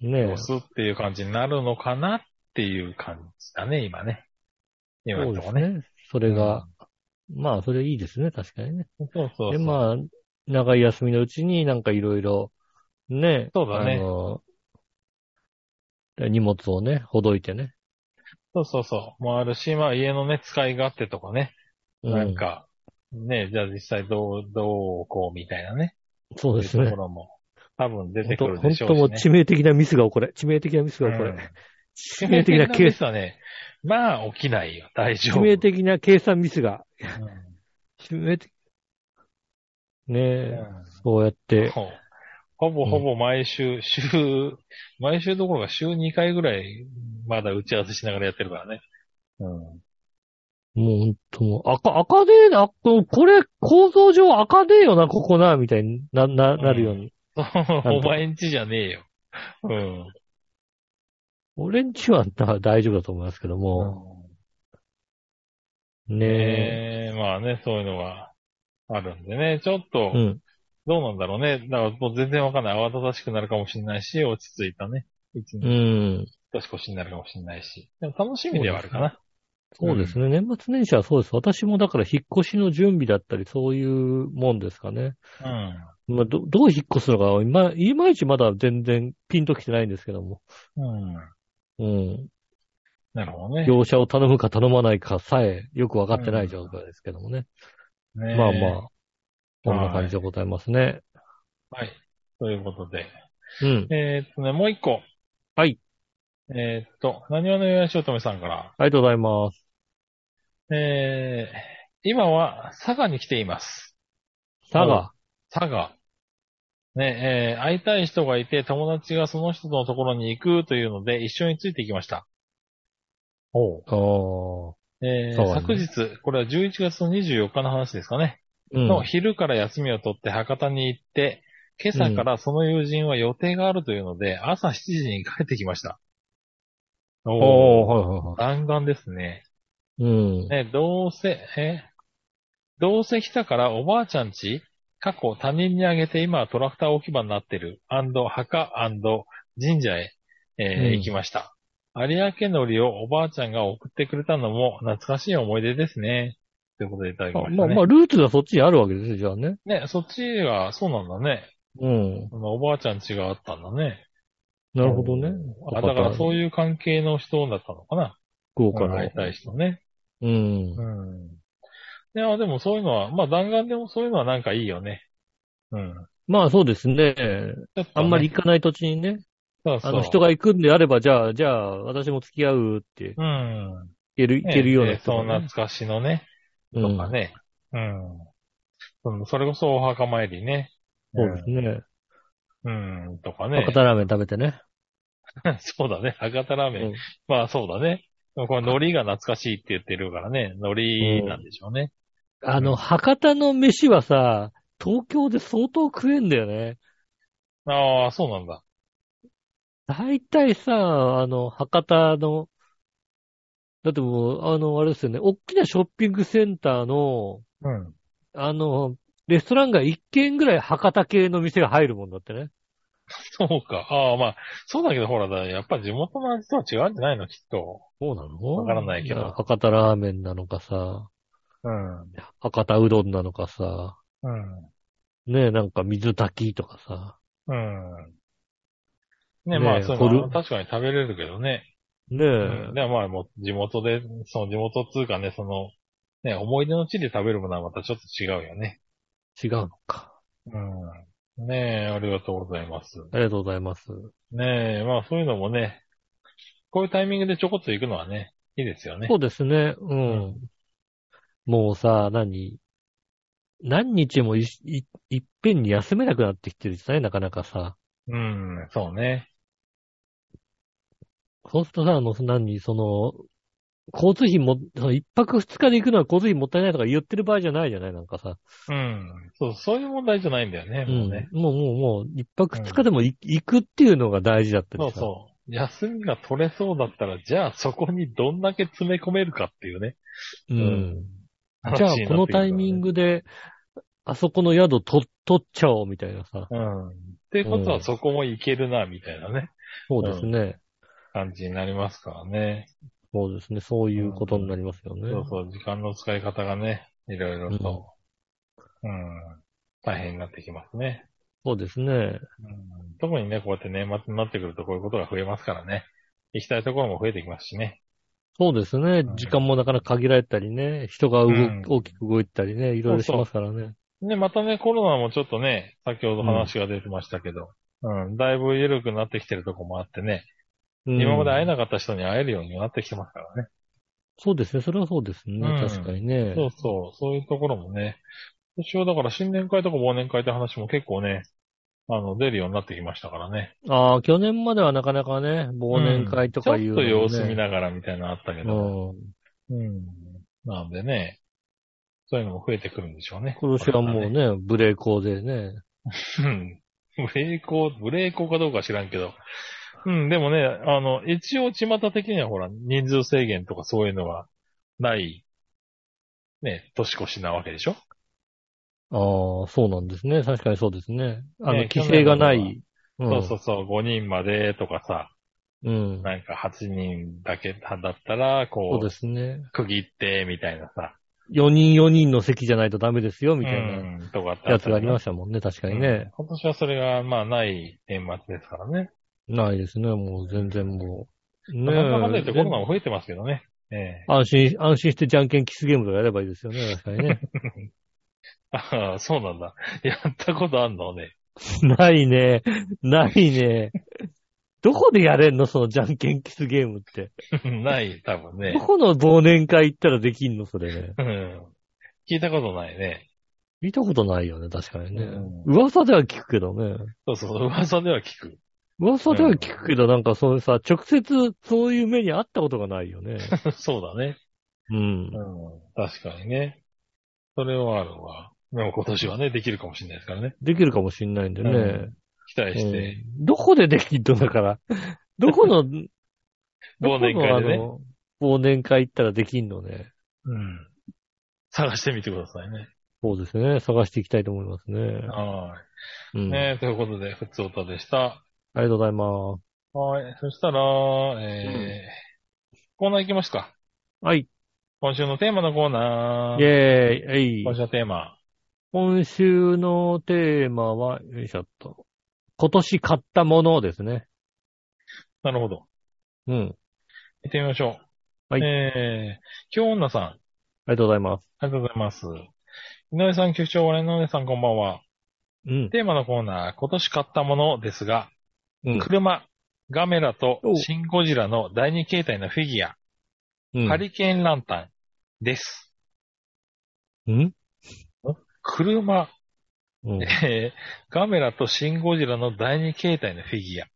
ねえ
押、すっていう感じになるのかなっていう感じだね、今ね。今
そ
の
う
と
で
こ
す
ね。
ね。それが、まあそれいいですね、確かにね。
そうそうそう。
で、まあ、長い休みのうちになんかいろいろ、ねえ、
そうだね
あの、荷物をね、ほどいてね。
そうそうそう。もあるし、まあ家のね、使い勝手とかね。
う
なん。か、ね、じゃあ実際どう、どうこうみたいなね。
そうです
いう
ね
とこ。ろも多分出
本
て
当
くるでしょうし、ね。
もう致命的なミスが起これ。致命的なミスが起これ。
うん
致命的な
ケー
計
スはね、まあ起きないよ。大丈
致
夫。
命的な計算ミスが。
うん。
致命的。ね
う
え、
ん
そうやって。
そうほぼほぼ毎週、週、毎週どころか週2回ぐらい、まだ打ち合わせしながらやってるからね。うん。
もう本当もう、あか、あかねえな、あこれ、構造上あかねえよな、ここな、みたいにな、な、なるように。と
お前んちじゃねえよ。うん。
俺んちはな大丈夫だと思いますけども。ね
ねえ、まあね、そういうのがあるんでね、ちょっ
え。
と
う、ん。
どうなんだろうね。だからもう全然わかんない。慌ただしくなるかもしれないし、落ち着いたね。うち
う
に
ん。
年越しになるかもしれないし。でも楽しみではあるかな。
そうですね。年末年始はそうです。私もだから引っ越しの準備だったり、そういうもんですかね。まあ、ど、どう引っ越すのか、今、いまいちまだ全然ピンときてないんですけども。
うん。うん。
うん。
なるほどね。
業者を頼むか頼まないかさえよくわかってない状況ですけどもね。
ねえ
まあまあ、こんな感じでございますね。
はい。ということで。
うん。
えーっとね、もう一個。
はい。
えーっと、何わのよやしおとめさんから。
ありがとうございます。
えー、今は佐賀に来ています。
佐賀。
佐賀。ね、えー会いたい人がいて、友達がその人のところに行くというので、一緒についてきました。お
ああ。
う。えー
そうね
昨日、これは11月の24日の話ですかね。
うん。
の昼から休みを取って博多に行って、今朝からその友人は予定があるというので、朝7時に帰ってきました。
おー、
う。
はいは
弾丸ですね。
いはい。うん。
ね、どうせ、えどうせ来たからおばあちゃんち過去他人にあげて今はトラクター置き場になってる。墓神社へ、えー
うん
行きました。有明のりをおばあちゃんが送ってくれたのも懐かしい思い出ですね。ということでいただきました、ね。
まあまあ、ルーツがそっちにあるわけですよ、じゃあね。
ね、そっちがそうなんだね。
うん。
そのおばあちゃんちがあったんだね。
なるほどね。
あ、だからそういう関係の人だったのかな。
福岡の。
会いたい人ね。
うん
う。ん。いや、でもそういうのは、まあ弾丸でもそういうのはなんかいいよね。うん。
まあそうですね。
ちょっとね
あんまり行かない土地にね、
そうそう
あの人が行くんであれば、じゃあ、じゃあ、私も付き合うって、
うん。
行ける、行けるような人
そう、
が
懐かしのね、
う
と
ん
かね。うん。そのそれこそお墓参りね。
そうですね。
うん。うん、とかね
博。多ラーメン食べてね。
そうだね。博多ラーメン。
うん
まあそうだね。これ海苔が懐かしいって言ってるからね。海苔なんでしょうね。
あの、博多の飯はさ、東京で相当食えんだよね。
ああ、そうなんだ。
大体さ、あの、博多の、だってもう、あの、あれですよね、大きなショッピングセンターの、
うん。
あの、レストランが1軒ぐらい博多系の店が入るもんだってね。
そうか。ああ、まあ、そうだけどほらだ、やっぱ地元の味とは違うんじゃないの、きっと。
そうなの
わからないけど
や博多ラーメンなのかさ、
うん。うん。
博多うどんなのかさ、ねえ、なんか水炊きとかさ、
うん。
ね
ね
え
まあ、そういうの
ホル
確かに食べれるけどね。
ねえ、
うん。でもまあ、もう地元で、その地元っつうかね、その、ね、思い出の地で食べるものはまたちょっと違うよね。
違うのか。
うん。ねえ、ありがとうございます。
ありがとうございます。
ねえ、まあそういうのもね、こういうタイミングでちょこっと行くのはね、いいですよね
そ。うですね、うん。
うん
もうさ、何、何日もいいいっぺんに休めなくなってきてるじゃないなかなかさ。
うん、そうね。
そうするとさ、あの、何、その、交通費も、その一泊二日で行くのは交通費もったいないとか言ってる場合じゃないじゃないなんかさ。
うん。そう、そういう問題じゃないんだよね、もうね。
うん。もうもうもう、一泊二日でもい行くっていうのが大事だったり
そう
さ。
そう。休みが取れそうだったら、じゃあそこにどんだけ詰め込めるかっていうね。
う。
うん
じゃあ、このタイミン
グ。
グで、あそこの宿と取っちゃおうみたいなさ。
うん。ってこと
う
は
ん
そこも行けるな、みたいなね、
そうですね。
感じになりますからね。
そうですね。そういうことになりますよね。
そうそう、時間の使い方がね、いろいろと、うん、大変になってきますね。
そうですね。
うん特にね、こうやって年末になってくるとこういうことが増えますからね。行きたいところも増えてきますしね。
そうですね
うん。
時間もなかなか限られたりね。人が動く
うん
大きく動いたりね。いろいろしますからね。
で、またね、コロナもちょっとね、先ほど話が出てましたけど、うん、だいぶ緩くなってきてるとこもあってね、
うん
今まで会えなかった人に会えるようになってきてますからね。
そうですね。それはそうですね。
うん
確かにね。
そうそう、そういうところもね、今年はだから新年会とか忘年会って話も結構ね、あの、出るようになってきましたからね。
ああ、去年まではなかなかね、忘年会とかいう、
ん
ね
ちょっと様子見ながらみたいなのあったけど、
うん。
うん。なんでね、そういうのも増えてくるんでしょうね。
今年はもうね、ブレーコーでね。
うん。ブレイコー、ブレイコーかどうかは知らんけど。うん、でもね、あの、一応巷的にはほら、人数制限とかそういうのはない、ね、年越しなわけでしょ
ああ、そうなんですね。確かにそうですね。あの、
ね
規制がな
去年
い。うん
そうそうそう、5人までとかさ、
うん。
なんか8人だけだったら、
そ
こ
う
う、
ですね。
区切って、みたいなさ、
4人4人の席じゃないとダメですよ、みたい
うん、とかって
なやつがありま
し
したもんね。確か
た
にね。
今年はそれが、まあ、ない年末ですからね。
ないですね。もう全然もう。ね
なかなかね、コロナ
え。
も増えてますけどね。ええ
安心、安心してじゃんけんキスゲームとかやればいいですよね。確かにね。
ああ、そうなんだ。やったことあんのね。
ないね。ないね。どこでやれんのそのじゃんけんキスゲームって。
ない、多
ど
分 ね。
この忘年会行ったらできんのそれね。
うん。聞いたことないね。
見たことないよね。確かにね。
う
噂では聞くけどね。
そうそうそう、噂では聞く。
噂では聞くけど、なんかそういうさ、直接そういう目にあったことがないよね。
そうだね。
うん
う。ん。確かにね。それはあるわ。でも今年はね、できるかもしれないですからね。
できるかもしんないんでね。
うん期待して。
うんどこでできんのだ から。どこの、
忘年会でね
どこのあの忘年会行ったらできんのね。
うん。探してみてくださいね。
そうですね。探していきたいと思いますね。
は
う
い。
ん。あり
ねということで、ふつおたでした。
がとうございます。
はい。そしたら、えー
うん
コーナー行きますか。
はい。
今週のテーマのコーナ
イェー
ー。
イ。えい
今週のテーマ。
今週のテーマは、よいしょっと。今年買ったものですね。
なるほど。
うん。
行ってみましょう。
はい
えー、京女さん、あ
ありがとうございます。
りがとうございます。井上さん、局長、我々のお姉さん、こんばんは。
うん。
テーマのコーナー、今年買ったものですが、
うん。
車、ガメラと
おう
シンゴジラの第二形態のフィギュア、
うん
ハリケーンランタンです。
うん
車、
うん。
えーガメラとシンゴジラの第二形態のフィギュア、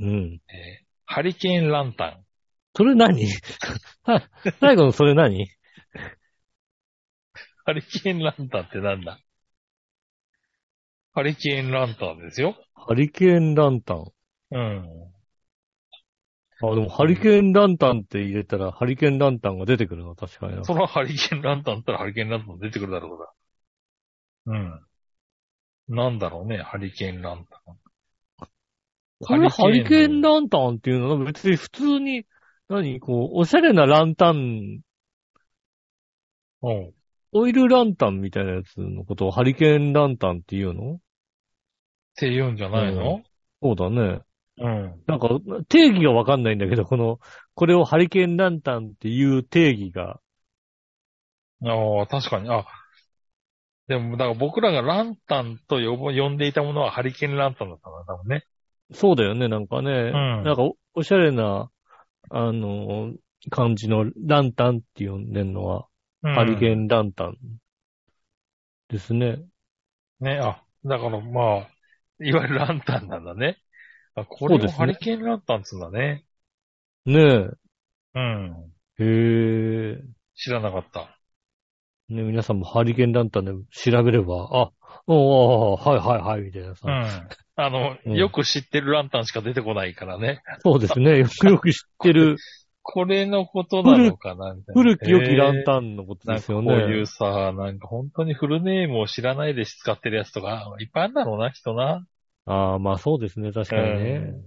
うん。
えーハリケーンランタン。
それ何 は最後のそれ何
ハリケーンランタンってなんだハリケーンランタンですよ。
ハリケーンランタン。
うん。
あ、でもハリケーンランタンって入れたら、ハリケーンランタンが出てくるの、確かにな。
そらハリケーンランタンったらハリケーンランタン出てくるだろうが。うん。なんだろうね、ハリケーンランタン。
これハリケーンランタンっていうのは別に普通に、何こう、おしゃれなランタン、
うん。
オイルランタンみたいなやつのことをハリケーンランタンっていうの
って言うんじゃないの、
そうだね。
うん、
なんか、定義がわかんないんだけど、この、これをハリケーンランタンっていう定義が、
ああ、確かに。あ、でも、だから僕らがランタンと呼ぼ呼んでいたものはハリケーンランタンだったんだ、多分ね。
そうだよね、なんかね。
ん
なんかお、おしゃれな、あの、感じのランタンって呼んでんのは、ハリケ
ン。
ーンランタンですね。
ね、あ、だからまあ、いわゆるランタンなんだね。あ、これ
そう
も
ですね
ハリケーンランタンっつうんだね。
ね
うん。
え。へえ。
知らなかった。
ね、皆さんもハリケーンランタンで調べれば、あ、おー、はいはいはい、みたいなさ。
うん。あの、
うん
よく知ってるランタンしか出てこないからね。
そうですね。よくよく知ってる、
これのことなのかなみたいな。
古き良きラン
ン。
タンのこと
な
で
ん
す
か
よ
こう
ね。
いうさ、なんか本当にフルネームを知らないで使ってるやつとか、いっぱいあるんだろうな、人な。
ああ、まあそうですね、確かにね。
うん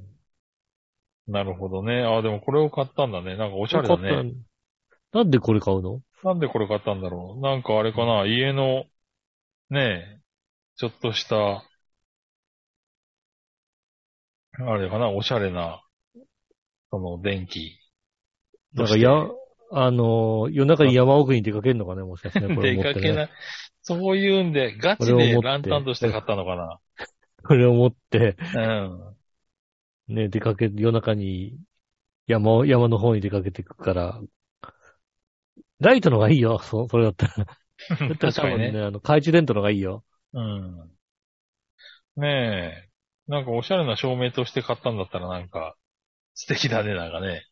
なるほどね。あ、でもこれを買ったんだね。なんかお
お
しゃれだね。。
なんでこれ買うの
なんでこれ買ったんだろう。なんかあれかな、家の、ねえ、ちょっとした、あれかな、おしゃれな、その電気。
なんかや、あのー夜中に山奥に出かけるのかね、もしかして ね、これ
出
を持っ
か
て、
け
ね。
ない。そういうんで、ガチ
これを持
で
って
ランタンとして買ったのかな。
これを持って、
うん。
ね、出かけ、夜中に山を、山の方に出かけていくから、ライトのがいいよ、そ、それだったら。
確かに
多分
ね。
あの、懐中電灯のがいいよ。
うん。ねえ。なんかおしゃれな照明として買ったんだったらなんか、素敵だね、なんかね。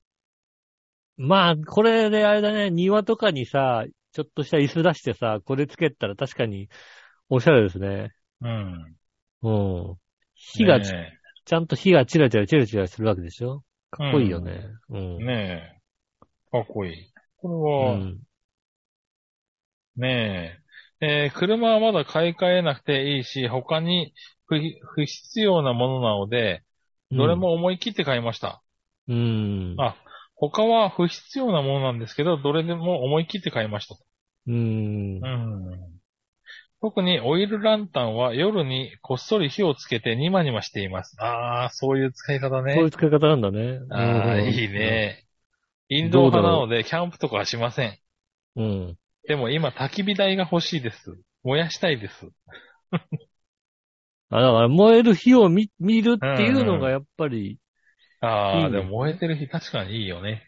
まあ、これであれだね、庭とかにさ、ちょっとした椅子出してさ、これつけたら確かに、おしゃれですね。
うん。
うん。火がち、
ね
ちゃんと火がチラチラチラチラするわけでしょかっこいいよね。うん。
え。ねえ。かっこいい。
う
これは、
ん。
ねえ。えー車はまだ買い替えなくていいし、他に不不必要なものなので、どれも思い切って買いました。
うん。
あ、他は不必要なものなんですけど、どれでも思い切って買いました。
うん。
うん。特にオイルランタンは夜にこっそり火をつけてニマニマしています。ああ、そういう使い方ね。
そういう使い方なんだね。
ああ、
うん
いい。ね。インドア派なので、キャンプとかはしません。
うん。
でも今、焚き火台が欲しいです。燃やしたいです。
あ、だから燃える火を見、見るっていうのがやっぱり、
あ
い
あ、
い
で
ね
も燃えてる火確かにいいよね。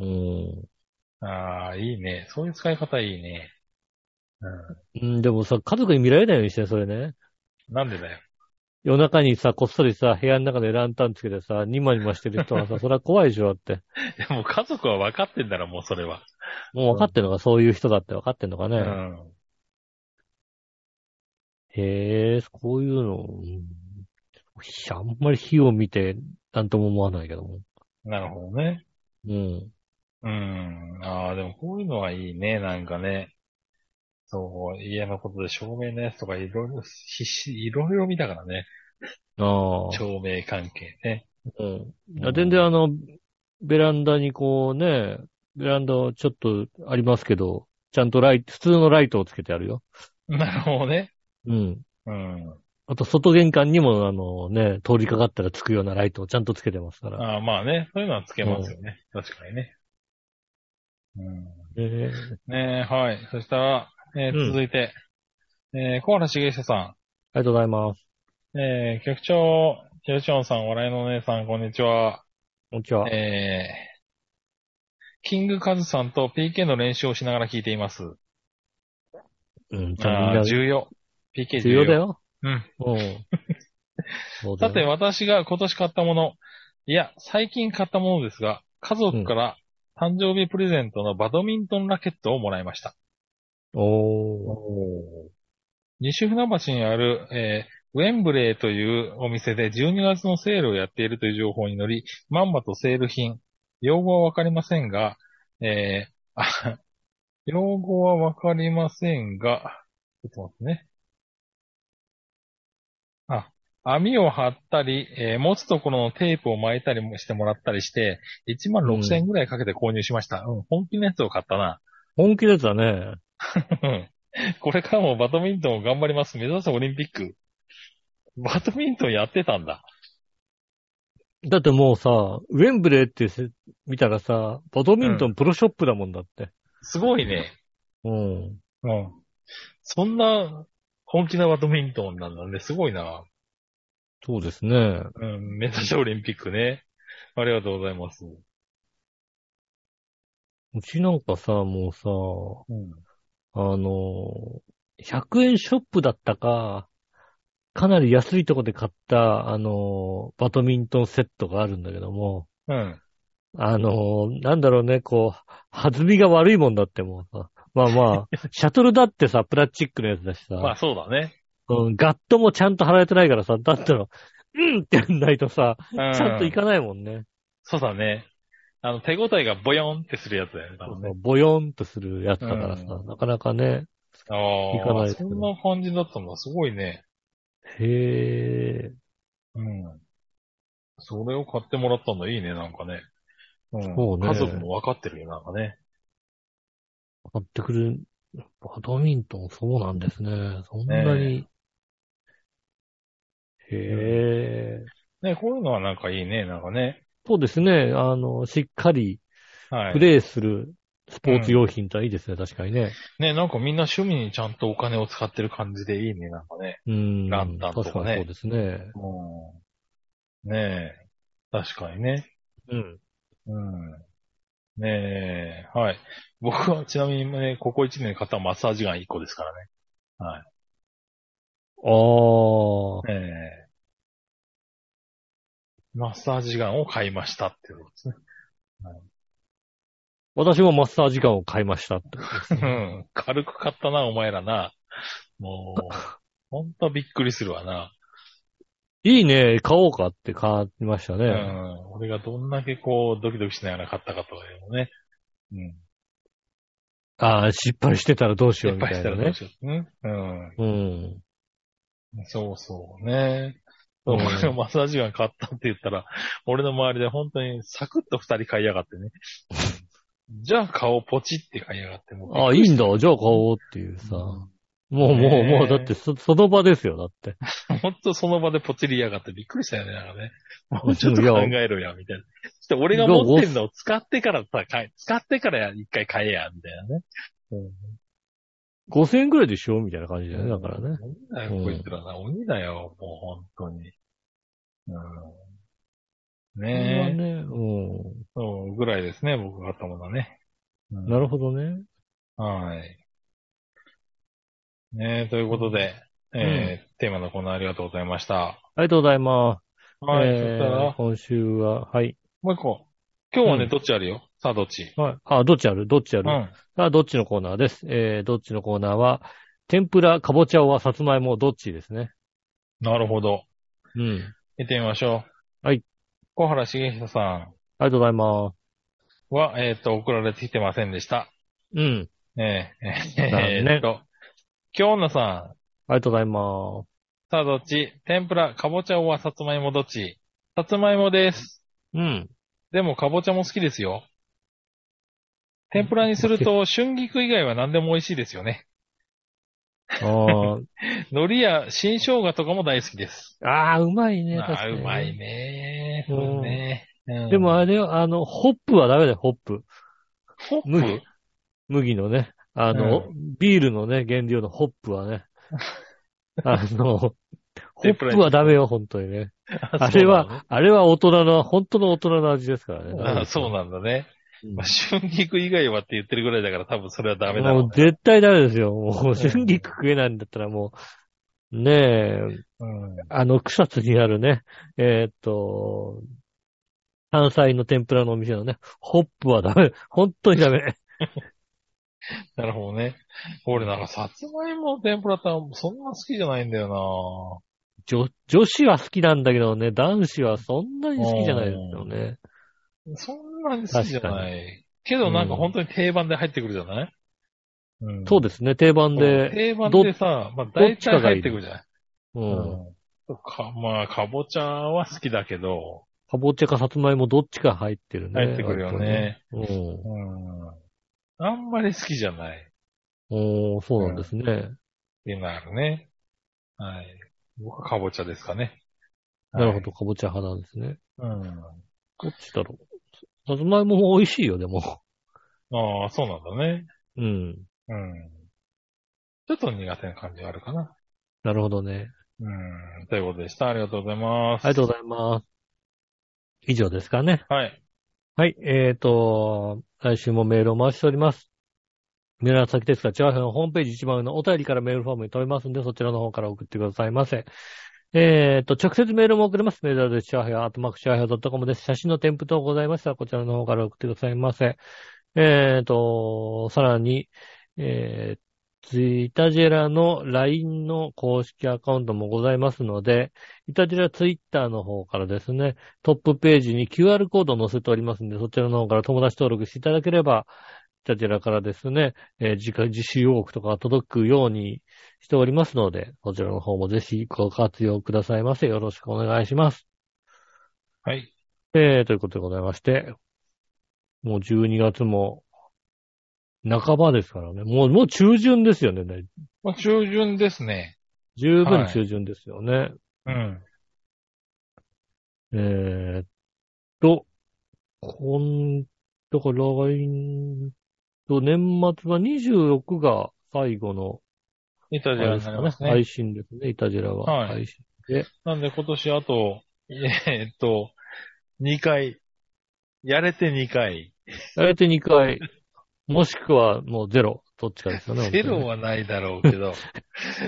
うん。
うん。ああ、いいね。そういう使い方いいね。
う
う
ん、でもさ、家族に見られないようにして、それね。
ん。なんでだよ。
夜中にさ、こっそりさ、部屋の中でランタンつけてさ、ニマニマしてる人はさ、それは怖いでしょ、だって。
でも家族は分かってんだろ、もうそれは。
もう分かってるのが、そういう人だって分かってんのかね。
うん。
へえ、こういうの、うんあんまり火を見て、なんとも思わないけども。
なるほどね。
うん。
うん。ああ、でもこういうのはいいね、なんかね。そう、家のことで照明のやつとかいろいろ、必死、いろいろ見たからね。
ああ。
照明関係ね。
うん。いや全然あの、ベランダにこうね、ベランダちょっとありますけど、ちゃんとライト、普通のライトをつけてあるよ。
なるほどね。
うん。
うん。
あと、外玄関にも、あのね、通りかかったらつくようなライトをちゃんとつけてますから。
ああまあね、そういうのはつけますよね。確かにね。うん。
え
ねえ、はい。そしたら、えー
うん
続いて、えー、小原茂久さ
ありがとうございます。
ん、えー、局長、よしおんさん、笑いのお姉さん、こんにちは。
こんにちは。
えー、キングカズさんと PK の練習をしながら聞いています。
うん、ちゃんとみん
あ
な
あ、重要。PK
重要だ。よ。
うん。
うん。そうだ
さ
よ
て、私が今年買ったもの、いや、最近買ったものですが、家族から誕生日プレゼントのバドミントンラケットをもらいました。
おー。
西船橋にある、えーウェンブレーというお店で12月のセールをやっているという情報に乗り、まんまとセール品、用語はわかりませんが、えーあ用語はわかりませんが、ちょっと待ってね。あ、網を張ったり、えー持つところのテープを巻いたりもしてもらったりして、1万6000円ぐらいかけて購入しました。うん、本気のやつを買ったな。
本気のやつだね。
うんこれからもバドミントンを頑張ります。目指すオリンピック。バドミントンやってたんだ。
だってもうさ、ウェンブレーってせ見たらさ、バドミントンプロショップだもんだって。
すごいね。
うん。
うん。そんな本気なバドミントンなんだね。すごいな。
そうですね。
うん、目指せオリンピックね。ありがとうございます。
うちなんかさ、もうさ、
うん。
あの、100円ショップだったか、かなり安いとこで買った、あの、バドミントンセットがあるんだけども、
うん。
あの、なんだろうね、こう、弾みが悪いもんだってもうさ、まあ まあ、シャトルだってさ、プラスチックのやつだしさ、
まあそうだね。
うん、ガットもちゃんと貼られてないからさ、だったら、うんってやんないとさ、
うん。
ちゃんといかないもんね。
そうだね。あの、手応えがボヨンってするやつだよね。多分ね
ボヨンとするやつだからさ、
う
なかなかね、
あ
いかない
あ
です
そ
ね
んな感じだったんだ。すごいね。
へえ、
うん。それを買ってもらったんだ。いいね、なんかね。うん。
そうね
家族も分かってるよ、なんかね。
買ってくる、バドミントンそうなんですね。そんなに。へえ、
ね、こういうのはなんかいいね、なんかね。
そうですね。あの、しっかり
は
プ
い。
レイするスポーツ用品とはいいですね、確かにね。
ね、なんかみんな趣味にちゃんとお金を使ってる感じでいいね、なんかね。
うん。
ランタンと
確
かね
かにそうですね。
うん。ねえ。確かにね。
うん。
うん。ねえ。はい。僕はちなみにね、ここ1年買ったマッサージガン1個ですからね。
ああ、
ええマッサージガンを買いましたっていうことですね。
私もマッサージガンを買いましたって。
うん。軽く買ったな、お前らな。もう、ほんとびっくりするわな。
いいね、買おうかって買いました
う
ね。
ん。俺がどんだけこう、ドキドキしながら買ったかとかいうのね。うん。
ああ、失敗してたらどうしよう
失
みた
敗し
い
た
な
らどう
ね。
しよう。ね。うん。
うん。
そうそうね。
うん
俺のマッサージガン買ったって言ったら、俺の周りで本当にサクッと二人買いやが ってね。じゃあ顔ポチって買いやがって。もう
ああ、いいんだ。じゃあ買おうっていうさ。もうもう
ねえ
もう、だってそ、その場ですよ、だって。
ほんとその場でポチりやがってびっくりしたよね、なんかね。 もうちょっと考えろや、みたいな。ちょっと俺が持ってるのを使ってからさ、買え使ってからや一回買えや、みたいなね。
5000円くらいでしょみたいな感じだよね、だからね。
鬼だよ、こいつらな。鬼だよ、もう本当に。うん。
それは
ねえ、
ね、う
そう、ぐらいですね、僕が買ったものはね。うん
ん。なるほどね。
はい。ねえ、ということで、えーテーマのコーナーありがとうございました。
ありがとうございます。
はい、
えー
そしたら、
今週は、はい。
もう一個。今日はね、
うん
どっちあるよさあ、どっち
はい。あ、どっちあるどっちあ
う
る、
ん。
さあ、どっちのコーナーです。えー、どっちのコーナーは、天ぷら、かぼちゃはさつまいも、どっちですね。
なるほど。
うん。
見てみましょう。
はい。
小原茂久さん
ありがとうございます。
は、えっ、と、送られてきてませんでした。
うん。
ねえ、
残念
えーっと、京女さん、
ありがとうございます。
さあどっち天ぷら、かぼちゃはさつまいもどっちさつまいもです。
うん。
でも、かぼちゃも好きですよ。天ぷらにする と、春菊以外は何でも美味しいですよね。
あ
海苔や新生姜とかも大好きです。
あ。ああ、うまいね。確
あ
か
あ、
にね
うまい。ね。
うん
そうね。うん
でもあれよ、あの、ホップはダメだよ、ホップ。
ホッ
麦
プ。
麦のね、あの、ビールのね、原料のホップは ね。あの、ホ
天
ッ
ぷらに
プはダメよ、本当にね。あ
そう
れ
なのね
は、あれは大人の、本当の大人の味ですからね。
あそうなんだね。まあ、春菊以外はって言ってるぐらいだから多分それはダメだ
も
ろ
う絶対ダメですよ。もう、春菊食えないんだったらもう、ねえ、
う。うん。
あの、草津にあるね、えーっと、関西の天ぷらのお店のね、ホップはダメ。本当にダメ。
なるほどね。俺なんかさつまいもの天ぷらってそんな好きじゃないんだよ
女、女子は好きなんだけどね、男子はそんなに好きじゃないですよね。
なそんなに好きじゃない。けどなんか本当に定番で入ってくるじゃない、うん
そうですね、定番で。
定番でさ、まあ大体入ってくるじゃない、
うん。
うんかまあ、かぼちゃは好きだけど、
かぼちゃかさつまいもどっちか入ってるね。
入ってくるよね。
割とね。
うん。あんまり好きじゃない。っ
うん。おーそうなんですね。
ていうのがあるね。はい。僕はかぼちゃですかね。
なるほど、かぼちゃ派なんですね。
はい。うん。
どっちだろう。さつまいもも美味しいよ、でも。
ああ、そうなんだね。
うん。
うん。ちょっと苦手な感じはあるかな。
なるほどね。
うん。ということでした。ありがとうございます。
ありがとうございます。以上ですかね。
はい。
はい、えーと、来週もメールを回しております。紫ですが、チャーハンホームページ一番上のお便りからメールフォームに飛べますんで、そちらの方から送ってくださいませ。えーと、直接メールも送れます。メールアドレス、チャーハン、アットマークチャーハン .com です。写真の添付等ございましたら、こちらの方から送ってくださいませ。えーと、さらに、えー、ツイイタジェラの LINE の公式アカウントもございますので、イタジェラツイッターの方からですね、トップページに QR コードを載せておりますので、そちらの方から友達登録していただければ、こちらからですね、えー自家自主予約とかが届くようにしておりますので、そちらの方もぜひご活用くださいませ。よろしくお願いします。
はい。
えー、ということでございまして、もう12月も半ばですからね。もう、もう中旬ですよね。
まあ、中旬ですね。
十分
はい
中旬ですよね。
うん。
えーっと、こん、だから来年と年末は26が最後の、
イタ
あ
ジェラ
れ
に
ですか
なり
ね
ますね。
配信ですね、イタジェラは。
はい
配信
なんで今年あと、えーっと、2回。やれて2回。
あえて2回、もしくはもうゼロ、どっちかですよね。
ゼロはないだろうけ ど。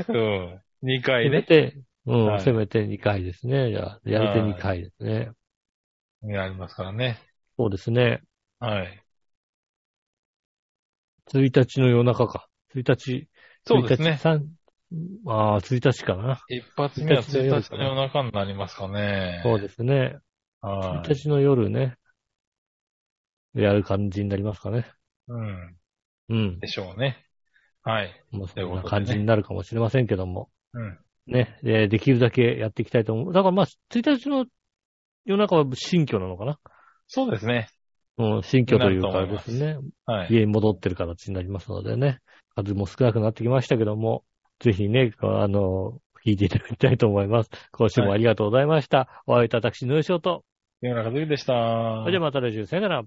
うん。2
せ
回
め
ね。
て、うん、
はい
せめて2回ですね。じゃあ、やれて2回ですね。
ありますからね。
そうですね。
はい。
1日の夜中か。1日、
そうですね。
1日3ああ、1日かな。
一発目は
一発目は
1日の夜中になりますかね。
そうですね。
は
1
い。
日の夜ね、やる感じになりますかね。
うん。
うん。
でしょうね。はい。
まあ、そ
というこ
ん
と
な
で
感
ね
じになるかもしれませんけども。
うん。
ね。えーできるだけやっていきたいと思う。だからまあ、1日の夜中は新居なのかな
そうですね。
うん、新居という
な
か
ると思い
で
ます
すね。
はい。
家に戻ってる形になりますのでね。数も少なくなってきましたけども、ぜひね、あの、聞いていただきたいと思います。今週もありがとうございました。お会いいた私、ぬうしょうと。
山中和樹でした。
それではまた来週、さよなら。